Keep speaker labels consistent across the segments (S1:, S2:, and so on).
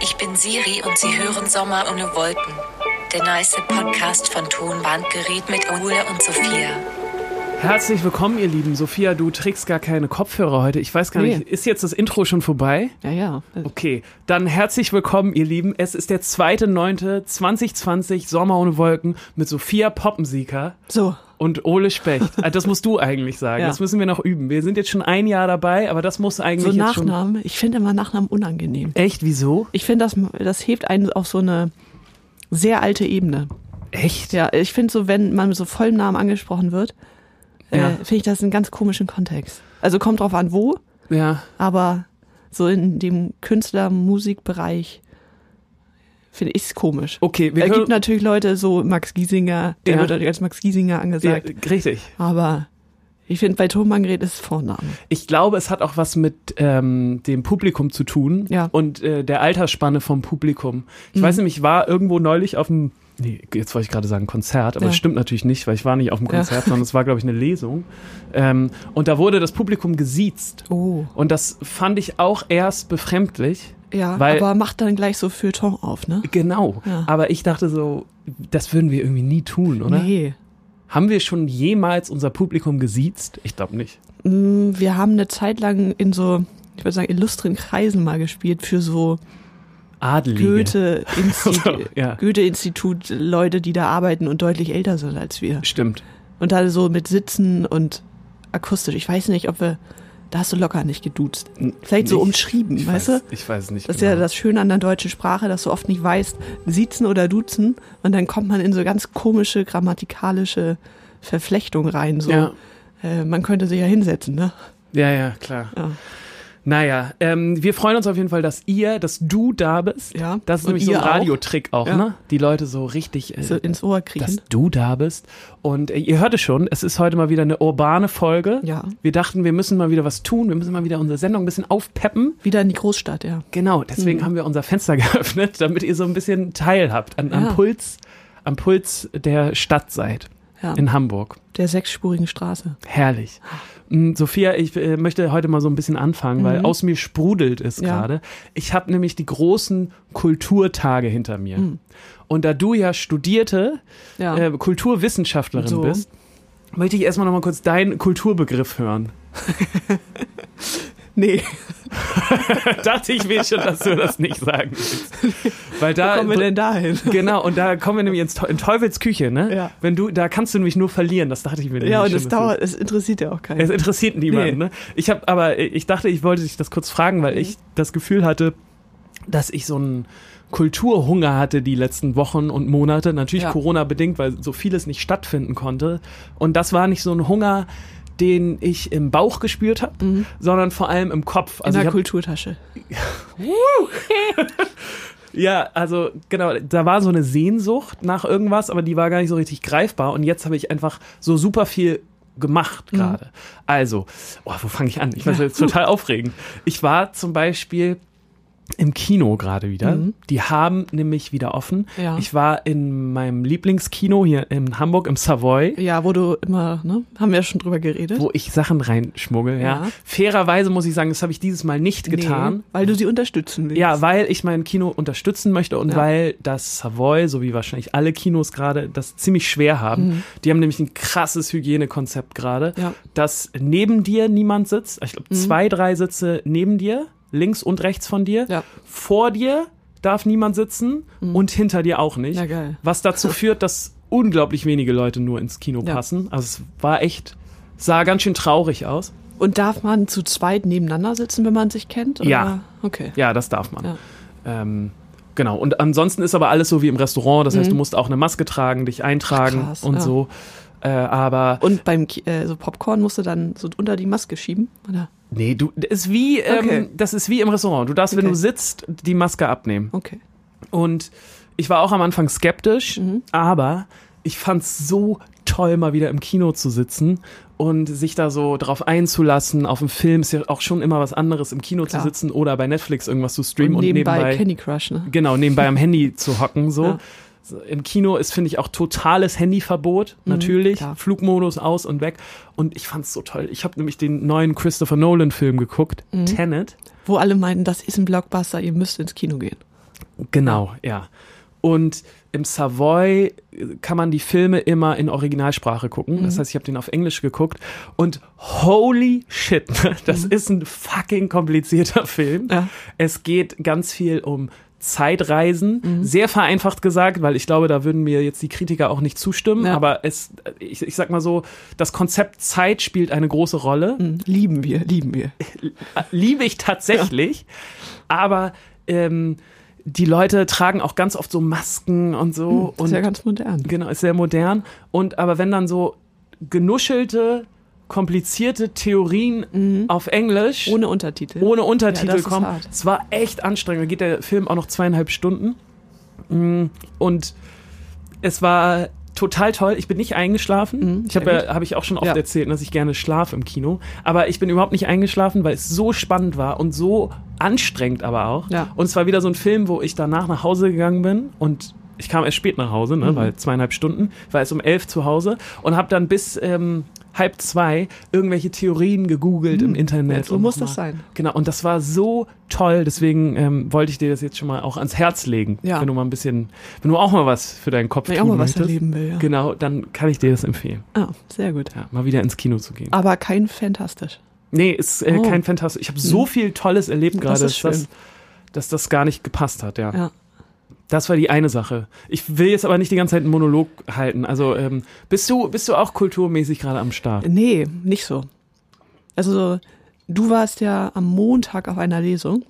S1: Ich bin Siri und Sie hören Sommer ohne Wolken. Der nice Podcast von Tonbandgerät mit Ole und Sophia.
S2: Herzlich willkommen, ihr Lieben. Sophia, du trägst gar keine Kopfhörer heute. Ich weiß gar
S3: Nee.
S2: nicht, ist jetzt das Intro schon vorbei?
S3: Ja, ja.
S2: Okay, dann herzlich willkommen, ihr Lieben. Es ist der 2.9.2020, Sommer ohne Wolken, mit Sophia Poppensieker
S3: So,
S2: und Ole Specht. Ah, Das musst du eigentlich sagen.
S3: Ja.
S2: Das müssen wir noch üben. Wir sind jetzt schon ein Jahr dabei, aber das muss
S3: so
S2: eigentlich jetzt schon...
S3: Nachnamen. Ich finde immer Nachnamen unangenehm.
S2: Echt, wieso?
S3: Ich finde, das, das hebt einen auf so eine sehr alte Ebene.
S2: Echt?
S3: Ja, ich finde so, wenn man mit so vollem Namen angesprochen wird,
S2: Ja.
S3: äh, finde ich das einen ganz komischen Kontext. Also kommt drauf an, wo,
S2: Ja.
S3: aber so in dem Künstler-Musikbereich finde ich es komisch.
S2: Okay, wir
S3: Es gibt
S2: können...
S3: natürlich Leute, so Max Giesinger, der
S2: Ja.
S3: wird halt als Max Giesinger
S2: Ja,
S3: angesagt,
S2: richtig.
S3: aber ich finde, bei Tom Mangret ist Vorname.
S2: Ich glaube, es hat auch was mit ähm, dem Publikum zu tun
S3: Ja. Mhm.
S2: und äh, der Altersspanne vom Publikum. Ich weiß nämlich, ich war irgendwo neulich auf dem, nee, jetzt wollte ich gerade sagen Konzert, aber
S3: Ja.
S2: das stimmt natürlich nicht, weil ich war nicht auf dem
S3: Ja.
S2: Konzert, sondern es war, glaube ich, eine Lesung. Ähm, und da wurde das Publikum gesiezt.
S3: Oh.
S2: Und das fand ich auch erst befremdlich.
S3: Ja,
S2: Weil-
S3: aber macht dann gleich so Feuilleton auf, ne?
S2: Genau.
S3: Ja.
S2: Aber ich dachte so, das würden wir irgendwie nie tun, oder?
S3: Nee.
S2: Haben wir schon jemals unser Publikum gesiezt? Ich glaube nicht.
S3: Mm, Wir haben eine Zeit lang in so, ich würde sagen, illustren Kreisen mal gespielt für so
S2: Adelige.
S3: Goethe-Institut,
S2: Ja.
S3: Goethe-Institut, Leute, die da arbeiten und deutlich älter sind als wir.
S2: Stimmt.
S3: Und da so mit Sitzen und akustisch. Ich weiß nicht, ob wir, da hast du locker nicht geduzt. Vielleicht so
S2: Nicht-
S3: umschrieben,
S2: ich
S3: weißt
S2: weiß,
S3: du?
S2: Ich weiß nicht.
S3: Das ist
S2: genau.
S3: ja das Schöne an der deutschen Sprache, dass du oft nicht weißt, siezen oder duzen. Und dann kommt man in so ganz komische grammatikalische Verflechtung rein. So.
S2: Ja.
S3: Äh, man könnte sich ja hinsetzen, ne?
S2: Ja, ja, klar.
S3: Ja.
S2: Naja, ähm, wir freuen uns auf jeden Fall, dass ihr, dass du da bist.
S3: Ja,
S2: Das ist
S3: und
S2: nämlich so ein
S3: ihr auch.
S2: Radiotrick auch,
S3: Ja.
S2: ne? Die Leute so richtig, äh,
S3: So ins Ohr kriegen.
S2: dass du da bist. Und äh, ihr hört es schon, es ist heute mal wieder eine urbane Folge.
S3: Ja.
S2: Wir dachten, wir müssen mal wieder was tun, wir müssen mal wieder unsere Sendung ein bisschen aufpeppen.
S3: Wieder in die Großstadt, ja.
S2: Genau, deswegen
S3: Mhm.
S2: haben wir unser Fenster geöffnet, damit ihr so ein bisschen teil habt, an, am
S3: Ja.
S2: Puls, am Puls der Stadt seid.
S3: Ja.
S2: In Hamburg.
S3: Der sechsspurigen Straße.
S2: Herrlich. Mm, Sophia, ich äh, möchte heute mal so ein bisschen anfangen, weil aus mir sprudelt es
S3: Mhm. Ja.
S2: gerade. Ich habe nämlich die großen Kulturtage hinter mir. Und da du ja studierte
S3: Mhm. Ja.
S2: äh, Kulturwissenschaftlerin
S3: So.
S2: bist, möchte ich erstmal nochmal kurz deinen Kulturbegriff hören.
S3: nee,
S2: Dachte ich mir schon, dass du das nicht sagen willst. Weil da,
S3: kommen wir denn dahin?
S2: Genau, und da kommen wir nämlich ins Teu- in Teufelsküche, ne?
S3: Ja.
S2: Wenn du, da kannst du nämlich nur verlieren, das dachte ich mir nämlich
S3: Ja, und
S2: schon,
S3: es
S2: dass du-
S3: dauert, es interessiert ja auch keinen.
S2: Es interessiert niemanden,
S3: Nee. Mhm.
S2: ne? Ich habe aber ich dachte, ich wollte dich das kurz fragen, weil ich das Gefühl hatte, dass ich so einen Kulturhunger hatte die letzten Wochen und Monate, natürlich
S3: Ja.
S2: Corona bedingt, weil so vieles nicht stattfinden konnte und das war nicht so ein Hunger, den ich im Bauch gespürt habe, sondern vor allem im Kopf.
S3: Mhm. in
S2: Also ich
S3: der
S2: hab,
S3: Kulturtasche.
S2: ja, also genau, da war so eine Sehnsucht nach irgendwas, aber die war gar nicht so richtig greifbar und jetzt habe ich einfach so super viel
S3: Mhm.
S2: gemacht gerade. Also, oh, wo fange ich an? Ich weiß, das ist total aufregend. Ich war zum Beispiel im Kino gerade wieder. Die haben nämlich wieder offen.
S3: Mhm. Ja.
S2: Ich war in meinem Lieblingskino hier in Hamburg im Savoy
S3: Ja, wo du immer, ne? Haben wir ja schon drüber geredet.
S2: wo ich Sachen reinschmuggel, ja.
S3: Ja.
S2: Fairerweise muss ich sagen, das habe ich dieses Mal nicht getan.
S3: Nee, weil du sie unterstützen willst.
S2: Ja, weil ich mein Kino unterstützen möchte und
S3: Ja.
S2: weil das Savoy, so wie wahrscheinlich alle Kinos gerade, das ziemlich schwer haben. Die haben nämlich ein krasses Hygienekonzept gerade,
S3: Mhm. Ja. Mhm.
S2: dass neben dir niemand sitzt. Ich glaube, zwei, drei Sitze neben dir, links und rechts von dir.
S3: Ja.
S2: Vor dir darf niemand sitzen und hinter dir auch nicht.
S3: Na geil.
S2: Was dazu führt, dass unglaublich wenige Leute nur ins Kino
S3: Ja.
S2: passen. Also es war echt, sah ganz schön traurig aus.
S3: Und darf man zu zweit nebeneinander sitzen, wenn man sich kennt? Oder?
S2: Ja.
S3: Okay.
S2: Ja, das darf man.
S3: Ja.
S2: Ähm, genau. Und ansonsten ist aber alles so wie im Restaurant. Das heißt, du musst auch eine Maske tragen, dich eintragen
S3: Mhm. Ach, krass,
S2: und
S3: ja.
S2: so. Äh, aber
S3: Und beim Ki- äh, so Popcorn musst du dann so unter die Maske schieben, oder?
S2: nee, du das ist wie ähm,
S3: Okay.
S2: das ist wie im Restaurant. Du darfst, wenn
S3: Okay.
S2: du sitzt, die Maske abnehmen.
S3: Okay.
S2: Und ich war auch am Anfang skeptisch,
S3: Mhm.
S2: aber ich fand's so toll, mal wieder im Kino zu sitzen und sich da so drauf einzulassen. Auf dem Film ist ja auch schon immer was anderes, im Kino
S3: Klar.
S2: zu sitzen oder bei Netflix irgendwas zu streamen und,
S3: nebenbei,
S2: nebenbei
S3: Candy Crush, ne?
S2: genau, nebenbei am Handy zu hocken, so.
S3: Ja.
S2: Im Kino ist, finde ich, auch totales Handyverbot, natürlich.
S3: Mhm, klar.
S2: Flugmodus aus und weg. Und ich fand's so toll. Ich habe nämlich den neuen Christopher Nolan-Film geguckt,
S3: Mhm.
S2: Tenet.
S3: Wo alle meinten, das ist ein Blockbuster, ihr müsst ins Kino gehen.
S2: Genau, ja. Und im Savoy äh, kann man die Filme immer in Originalsprache gucken. Das
S3: Mhm.
S2: heißt, ich habe den auf Englisch geguckt. Und holy shit, ne? das ist ein fucking komplizierter Film.
S3: Mhm. Ja.
S2: Es geht ganz viel um Zeitreisen.
S3: Mhm.
S2: Sehr vereinfacht gesagt, weil ich glaube, da würden mir jetzt die Kritiker auch nicht zustimmen.
S3: Ja.
S2: Aber es, ich, ich sag mal so, das Konzept Zeit spielt eine große Rolle
S3: Hm, Lieben wir, lieben wir.
S2: liebe ich tatsächlich. Aber ähm, die Leute tragen auch ganz oft so Masken und so.
S3: ist
S2: und
S3: ja ganz modern.
S2: genau, ist sehr modern. Und aber wenn dann so genuschelte, komplizierte Theorien auf Englisch
S3: Ohne Untertitel.
S2: ohne Untertitel
S3: Ja, das ist
S2: kommen,
S3: hart.
S2: es war echt anstrengend. Da geht der Film auch noch zweieinhalb Stunden. Mm, Und es war total toll. Ich bin nicht eingeschlafen. ich
S3: Mhm, sehr
S2: habe ja, hab ich auch schon oft
S3: Ja.
S2: erzählt, ne, dass ich gerne schlafe im Kino. Aber ich bin überhaupt nicht eingeschlafen, weil es so spannend war und so anstrengend aber auch.
S3: Ja.
S2: Und es war wieder so ein Film, wo ich danach nach Hause gegangen bin und ich kam erst spät nach Hause,
S3: Mhm.
S2: ne, weil zweieinhalb Stunden, ich war erst um elf zu Hause und habe dann bis ähm, halb zwei irgendwelche Theorien gegoogelt im Internet.
S3: So
S2: und
S3: Mhm. muss
S2: nochmal-
S3: das sein.
S2: Genau, und das war so toll, deswegen ähm, wollte ich dir das jetzt schon mal auch ans Herz legen.
S3: Ja.
S2: Wenn du mal ein bisschen, wenn du auch mal was für deinen Kopf
S3: Wenn ich auch
S2: tun
S3: mal was
S2: möchtest,
S3: erleben will, ja.
S2: Genau, dann kann ich dir das empfehlen.
S3: Ah, sehr gut.
S2: Ja, mal wieder ins Kino zu gehen.
S3: Aber kein fantastisch.
S2: Nee, ist äh,
S3: Ah. Oh.
S2: kein Fantastisch. Ich habe so viel Tolles erlebt gerade,
S3: ist
S2: dass, das,
S3: schön.
S2: dass das gar nicht gepasst hat, ja.
S3: Ja.
S2: Das war die eine Sache. Ich will jetzt aber nicht die ganze Zeit einen Monolog halten. Also ähm, bist du bist du auch kulturmäßig gerade am Start?
S3: Nee, nicht so. Also, so, du warst ja am Montag auf einer Lesung.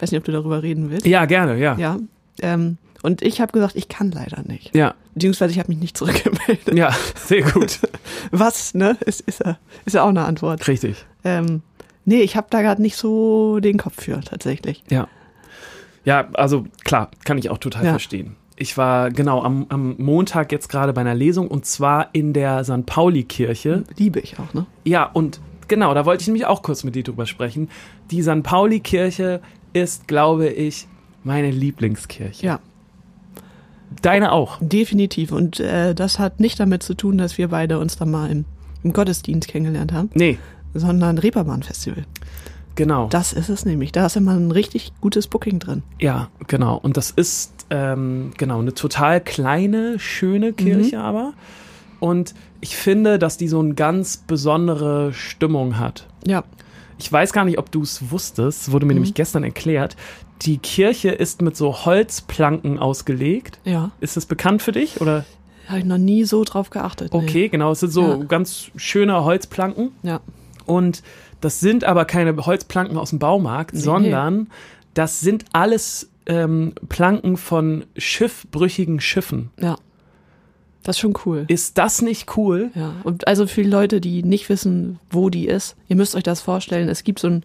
S3: Weiß nicht, ob du darüber reden willst.
S2: Ja, gerne, ja. Ja.
S3: Ja. Ähm, und ich habe gesagt, ich kann leider nicht.
S2: Ja,
S3: Beziehungsweise ich habe mich nicht zurückgemeldet.
S2: sehr gut.
S3: Was, ne? Ist, ist, ja, ist ja auch eine Antwort.
S2: Richtig.
S3: Ähm, nee, ich habe da gerade nicht so den Kopf für, tatsächlich.
S2: Ja. Ja, also klar, kann ich auch total
S3: Ja.
S2: verstehen. Ich war genau am, am Montag jetzt gerade bei einer Lesung und zwar in der St. Pauli-Kirche.
S3: Liebe ich auch, ne?
S2: Ja, und genau, da wollte ich nämlich auch kurz mit dir drüber sprechen. Die St. Pauli-Kirche ist, glaube ich, meine Lieblingskirche.
S3: Ja,
S2: Deine auch.
S3: definitiv. Und äh, das hat nicht damit zu tun, dass wir beide uns da mal im, im Gottesdienst kennengelernt haben,
S2: Nee,
S3: sondern Reeperbahn-Festival.
S2: genau.
S3: Das ist es nämlich. Da ist immer ein richtig gutes Booking drin.
S2: Ja, genau. Und das ist ähm, genau eine total kleine, schöne Kirche
S3: Mhm.
S2: aber. Und ich finde, dass die so eine ganz besondere Stimmung hat.
S3: Ja,
S2: Ich weiß gar nicht, ob du es wusstest, wurde mir nämlich gestern erklärt. Die Kirche ist mit so Holzplanken ausgelegt.
S3: ja.
S2: Ist das bekannt für dich? Oder?
S3: Habe ich noch nie so drauf geachtet.
S2: Okay, genau. Es sind so
S3: Ja.
S2: ganz schöne Holzplanken.
S3: Nee. Ja.
S2: Und das sind aber keine Holzplanken aus dem Baumarkt, sondern das sind alles ähm, Planken von schiffbrüchigen Schiffen.
S3: Ja. Das ist schon cool.
S2: Ist das nicht cool?
S3: Ja. Und also für die Leute, die nicht wissen, wo die ist, ihr müsst euch das vorstellen, es gibt so ein,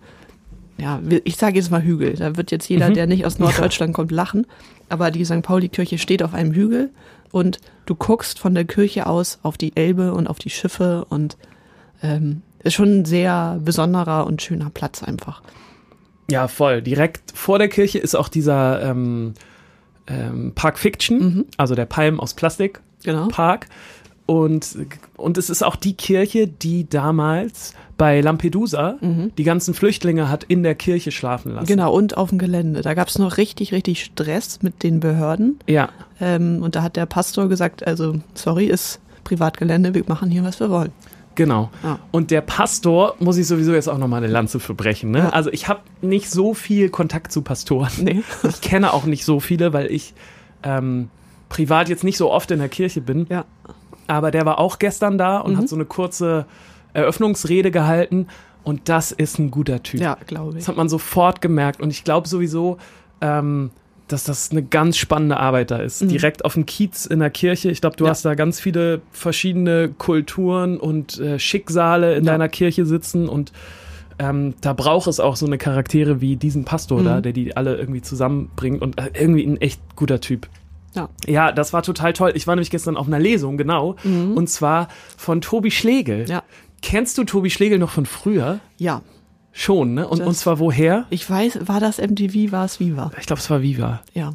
S3: ja, ich sage jetzt mal Hügel. Da wird jetzt jeder, der nicht aus Norddeutschland kommt, lachen. Aber die St. Pauli-Kirche steht auf einem Hügel und du guckst von der Kirche aus auf die Elbe und auf die Schiffe und ähm, ist schon ein sehr besonderer und schöner Platz einfach.
S2: Ja, voll. Direkt vor der Kirche ist auch dieser ähm, ähm, Park Fiction, also der Palm aus Plastik
S3: Genau.
S2: Park. Und, und es ist auch die Kirche, die damals bei Lampedusa die ganzen Flüchtlinge hat in der Kirche schlafen lassen.
S3: Mhm. Genau, und auf dem Gelände. Da gab es noch richtig, richtig Stress mit den Behörden.
S2: Ja,
S3: Ähm, und da hat der Pastor gesagt, also sorry, ist Privatgelände, wir machen hier, was wir wollen.
S2: Genau.
S3: Ja.
S2: Und der Pastor muss ich sowieso jetzt auch nochmal eine Lanze verbrechen. Ne?
S3: Ja.
S2: Also ich habe nicht so viel Kontakt zu Pastoren.
S3: Nee.
S2: Ich kenne auch nicht so viele, weil ich ähm, privat jetzt nicht so oft in der Kirche bin.
S3: Ja. Mhm.
S2: Aber der war auch gestern da und hat so eine kurze Eröffnungsrede gehalten. Und das ist ein guter Typ.
S3: Ja, glaube ich.
S2: Das hat man sofort gemerkt. Und ich glaube sowieso, ähm, dass das eine ganz spannende Arbeit da ist. Direkt auf dem Kiez in der Kirche. Ich glaube, du
S3: Mhm. Ja.
S2: hast da ganz viele verschiedene Kulturen und äh, Schicksale in
S3: Ja.
S2: deiner Kirche sitzen. Und ähm, da braucht es auch so eine Charaktere wie diesen Pastor
S3: Mhm.
S2: da, der die alle irgendwie zusammenbringt. Und äh, irgendwie ein echt guter Typ.
S3: Ja.
S2: Ja, das war total toll. Ich war nämlich gestern auf einer Lesung, genau. Und zwar von Tobi Schlegel.
S3: Mhm. Ja.
S2: Kennst du Tobi Schlegel noch von früher?
S3: ja,
S2: Schon, ne? Und, und
S3: Das-
S2: zwar woher?
S3: ich weiß, war das MTV, war es Viva?
S2: Ich glaube, es war Viva.
S3: Ja.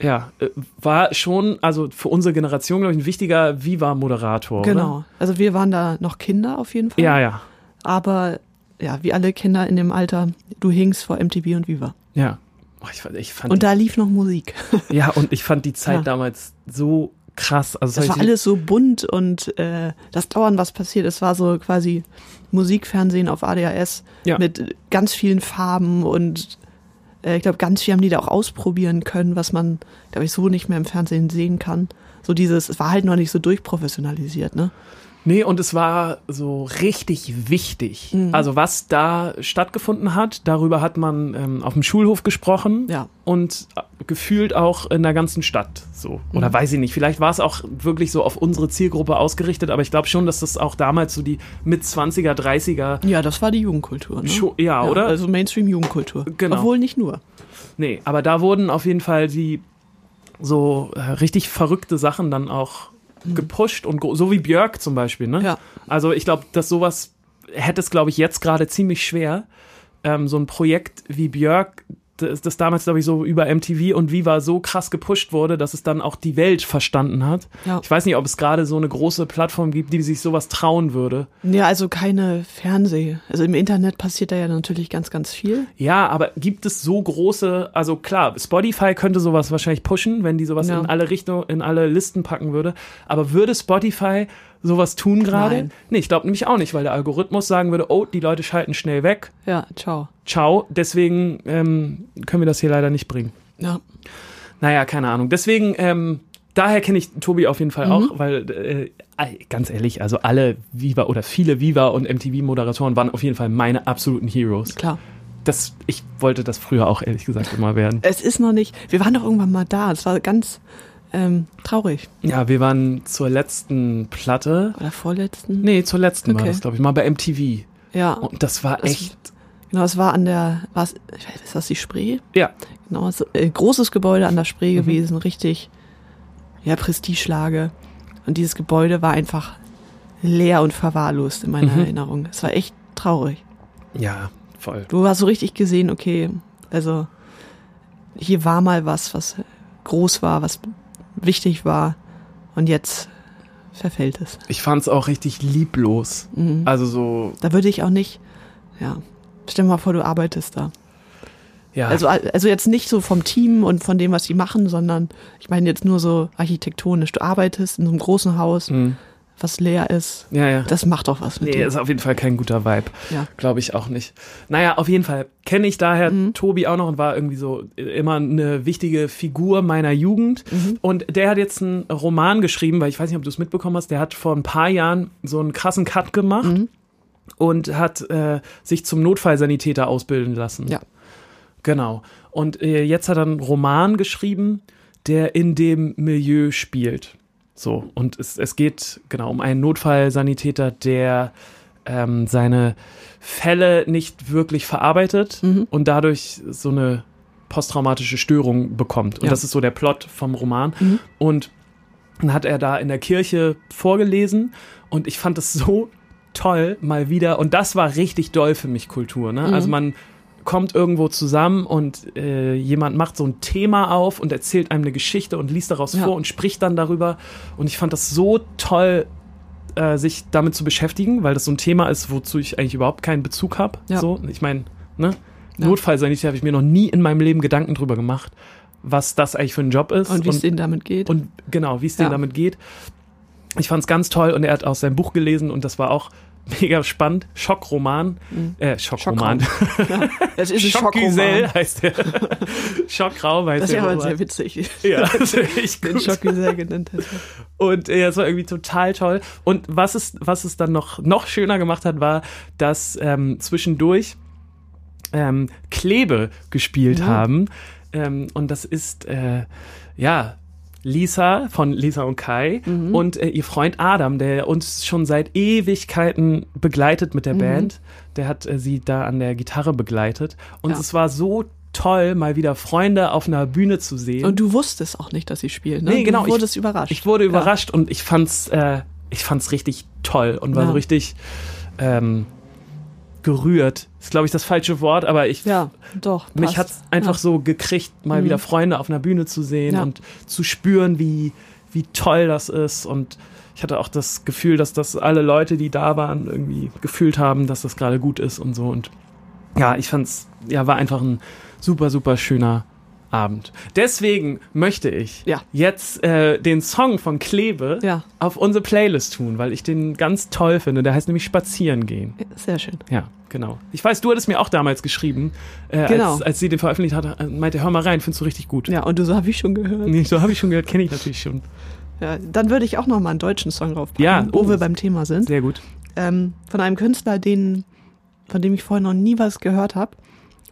S2: ja, äh, war schon, also für unsere Generation, glaube ich, ein wichtiger Viva-Moderator.
S3: Genau. Also wir waren da noch Kinder auf jeden
S2: Oder?
S3: Fall.
S2: Ja, ja,
S3: Aber ja, wie alle Kinder in dem Alter, du hingst vor MTV und Viva.
S2: ja. Oh, ich, fand- ich fand
S3: Und da lief noch Musik.
S2: die, ja, und ich fand die Zeit
S3: Ja.
S2: damals so krass. Also
S3: Das
S2: hab
S3: war
S2: ich-
S3: alles so bunt und äh, das Dauern, was passiert, es war so quasi Musikfernsehen auf ADHS
S2: Ja.
S3: mit ganz vielen Farben und äh, ich glaube, ganz viel haben die da auch ausprobieren können, was man, glaube ich, so nicht mehr im Fernsehen sehen kann. So dieses, es war halt noch nicht so durchprofessionalisiert, ne?
S2: Nee, und es war so richtig wichtig. Also was da stattgefunden hat, darüber hat man ähm, auf dem Schulhof gesprochen
S3: Ja.
S2: und äh, gefühlt auch in der ganzen Stadt so. Oder weiß ich nicht, vielleicht war es auch wirklich so auf unsere Zielgruppe ausgerichtet, aber ich glaube schon, dass das auch damals so die mit 20er, 30er
S3: Ja, das war die Jugendkultur, ne?
S2: Scho- ja, oder?
S3: Also Mainstream-Jugendkultur.
S2: Genau.
S3: Obwohl nicht nur.
S2: Nee, aber da wurden auf jeden Fall die so äh, richtig verrückte Sachen dann auch gepusht und gro- so wie Björk zum Beispiel, ne?
S3: Mhm. Ja.
S2: Also ich glaube, dass sowas hätte es, glaube ich, jetzt gerade ziemlich schwer. Ähm, so ein Projekt wie Björk, das, das damals, glaube ich, so über MTV und Viva so krass gepusht wurde, dass es dann auch die Welt verstanden hat.
S3: Ja.
S2: Ich weiß nicht, ob es gerade so eine große Plattform gibt, die sich sowas trauen würde.
S3: Ja, also keine Fernseh. Also im Internet passiert da ja natürlich ganz, ganz viel.
S2: Ja, aber gibt es so große, also klar, Spotify könnte sowas wahrscheinlich pushen, wenn die sowas
S3: Ja.
S2: in alle Richtungen, in alle Listen packen würde. Aber würde Spotify sowas tun gerade?
S3: Nein.
S2: Nee, ich glaube nämlich auch nicht, weil der Algorithmus sagen würde, oh, die Leute schalten schnell weg,
S3: Ja, ciao.
S2: ciao, deswegen ähm, können wir das hier leider nicht bringen.
S3: Ja.
S2: Naja, keine Ahnung. Deswegen, ähm, daher kenne ich Tobi auf jeden
S3: Mhm.
S2: Fall auch, weil, äh, ganz ehrlich, also alle Viva oder viele Viva und MTV-Moderatoren waren auf jeden Fall meine absoluten Heroes.
S3: Klar.
S2: Das, ich wollte das früher auch ehrlich gesagt immer werden.
S3: Es ist noch nicht. Wir waren doch irgendwann mal da. Es war ganz ähm, traurig.
S2: Ja, wir waren zur letzten Platte.
S3: Oder vorletzten.
S2: Nee, zur letzten war
S3: Okay.
S2: das, glaube ich, mal bei MTV.
S3: Ja,
S2: Und das war
S3: Das-
S2: echt.
S3: Oh. genau. Es war an der. War's, ich weiß, ist das die Spree?
S2: Ja,
S3: Genau. Es, äh, großes Gebäude an der Spree gewesen. Richtig. Ja, Prestigelage. Und dieses Gebäude war einfach leer und verwahrlost in meiner
S2: Mhm.
S3: Erinnerung. Es war echt traurig.
S2: ja, voll.
S3: Du hast so richtig gesehen, okay, also hier war mal was, was groß war, was wichtig war und jetzt verfällt es.
S2: Ich fand's auch richtig lieblos.
S3: Mhm.
S2: Also so,
S3: Da würde ich auch nicht, ja, stell dir mal vor, du arbeitest da.
S2: ja.
S3: Also, also jetzt nicht so vom Team und von dem, was sie machen, sondern ich meine jetzt nur so architektonisch. Du arbeitest in so einem großen Haus,
S2: Mhm.
S3: was leer ist.
S2: ja, ja.
S3: Das macht doch was mit
S2: Nee, also
S3: dir.
S2: ist auf jeden Fall kein guter Vibe.
S3: Ja.
S2: Glaube ich auch nicht. Naja, auf jeden Fall kenne ich daher Tobi auch noch und war irgendwie so immer eine wichtige Figur meiner Jugend. Und der hat jetzt einen Roman geschrieben, weil ich weiß nicht, ob du es mitbekommen hast, der hat vor ein paar Jahren so einen krassen Cut gemacht und hat äh, sich zum Notfallsanitäter ausbilden lassen.
S3: Ja.
S2: Genau. Und äh, jetzt hat er einen Roman geschrieben, der in dem Milieu spielt. So, und es, es geht genau um einen Notfallsanitäter, der ähm, seine Fälle nicht wirklich verarbeitet und dadurch so eine posttraumatische Störung bekommt. Und
S3: Ja.
S2: das ist so der Plot vom Roman. Und dann hat er da in der Kirche vorgelesen und ich fand es so toll mal wieder. Und das war richtig doll für mich Kultur. Ne?
S3: Mhm.
S2: Also man kommt irgendwo zusammen und äh, jemand macht so ein Thema auf und erzählt einem eine Geschichte und liest daraus
S3: Ja.
S2: vor und spricht dann darüber. Und ich fand das so toll, äh, sich damit zu beschäftigen, weil das so ein Thema ist, wozu ich eigentlich überhaupt keinen Bezug habe.
S3: Ja.
S2: So, ich meine, ne?
S3: Ja.
S2: Notfallsanitäter habe ich mir noch nie in meinem Leben Gedanken drüber gemacht, was das eigentlich für ein Job ist
S3: und wie es denen damit geht.
S2: und genau, wie es denen
S3: Ja.
S2: damit geht. Ich fand es ganz toll und er hat aus seinem Buch gelesen und das war auch mega spannend. Schockroman. Äh, Schockroman.
S3: es Mhm. ist ein Schockroman.
S2: Schockgesell heißt der. Schockraum heißt
S3: Das ist
S2: der.
S3: ja aber
S2: Roman.
S3: sehr witzig.
S2: ja, das ist echt
S3: Den
S2: gut.
S3: Schockgesell genannt hast.
S2: Und äh, das war irgendwie total toll. Und was es, was es dann noch, noch schöner gemacht hat, war, dass ähm, zwischendurch ähm, Klebe gespielt
S3: Mhm.
S2: haben. Ähm, und das ist, äh, ja, Lisa von Lisa und Kai
S3: Mhm.
S2: und äh, ihr Freund Adam, der uns schon seit Ewigkeiten begleitet mit der
S3: Mhm.
S2: Band. Der hat äh, sie da an der Gitarre begleitet. Und
S3: Ja.
S2: es war so toll, mal wieder Freunde auf einer Bühne zu sehen.
S3: Und du wusstest auch nicht, dass sie spielen, ne?
S2: Nee, genau,
S3: Du
S2: ich-
S3: wurdest überrascht.
S2: Ich wurde
S3: Ja.
S2: überrascht und ich fand's, äh, ich fand's richtig toll und war
S3: Ja.
S2: so richtig ähm, gerührt. Ist, glaube ich, das falsche Wort, aber ich,
S3: Ja, doch. Passt.
S2: mich hat es einfach
S3: ja. Mhm.
S2: so gekriegt, mal wieder Freunde auf einer Bühne zu sehen
S3: Ja.
S2: und zu spüren, wie, wie toll das ist. Und ich hatte auch das Gefühl, dass das alle Leute, die da waren, irgendwie gefühlt haben, dass das gerade gut ist und so. Und ja, ich fand's, ja, war einfach ein super, super schöner Abend. Deswegen möchte ich
S3: Ja.
S2: jetzt äh, den Song von Klebe
S3: Ja.
S2: auf unsere Playlist tun, weil ich den ganz toll finde. Der heißt nämlich Spazieren gehen.
S3: Sehr schön.
S2: Ja, genau. Ich weiß, du hattest mir auch damals geschrieben, äh,
S3: Genau.
S2: als, als sie den veröffentlicht hatte, äh, meinte, hör mal rein, findest du richtig gut.
S3: Ja, und du so habe ich schon gehört.
S2: Nee, so habe ich schon gehört, kenne ich natürlich schon.
S3: Ja, dann würde ich auch noch mal einen deutschen Song draufpacken,
S2: Ja,
S3: wo
S2: oh.
S3: wir beim Thema sind.
S2: Sehr gut.
S3: Ähm, von einem Künstler, den, von dem ich vorher noch nie was gehört habe.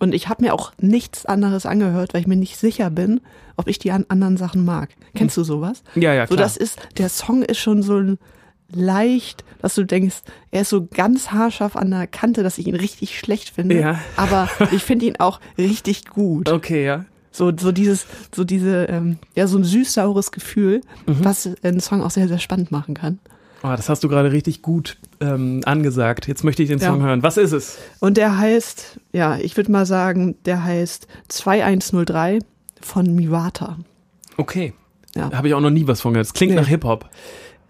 S3: Und ich habe mir auch nichts anderes angehört, weil ich mir nicht sicher bin, ob ich die an anderen Sachen mag. Kennst du sowas?
S2: Ja, ja,
S3: So,
S2: klar.
S3: das ist, der Song ist schon so leicht, dass du denkst, er ist so ganz haarscharf an der Kante, dass ich ihn richtig schlecht finde.
S2: Ja.
S3: Aber ich finde ihn auch richtig gut.
S2: Okay, ja.
S3: So, so dieses, so diese, ähm, ja, so ein süß-saures Gefühl, was einen Song auch sehr, sehr spannend machen kann.
S2: Oh, das hast du gerade richtig gut ähm, angesagt. Jetzt möchte ich den
S3: Ja.
S2: Song hören. Was ist es?
S3: Und der heißt, ja, ich würde mal sagen, der heißt 2103 von Miwata.
S2: Okay.
S3: Ja.
S2: Habe ich auch noch nie was von gehört. Das klingt
S3: Nee.
S2: nach Hip-Hop.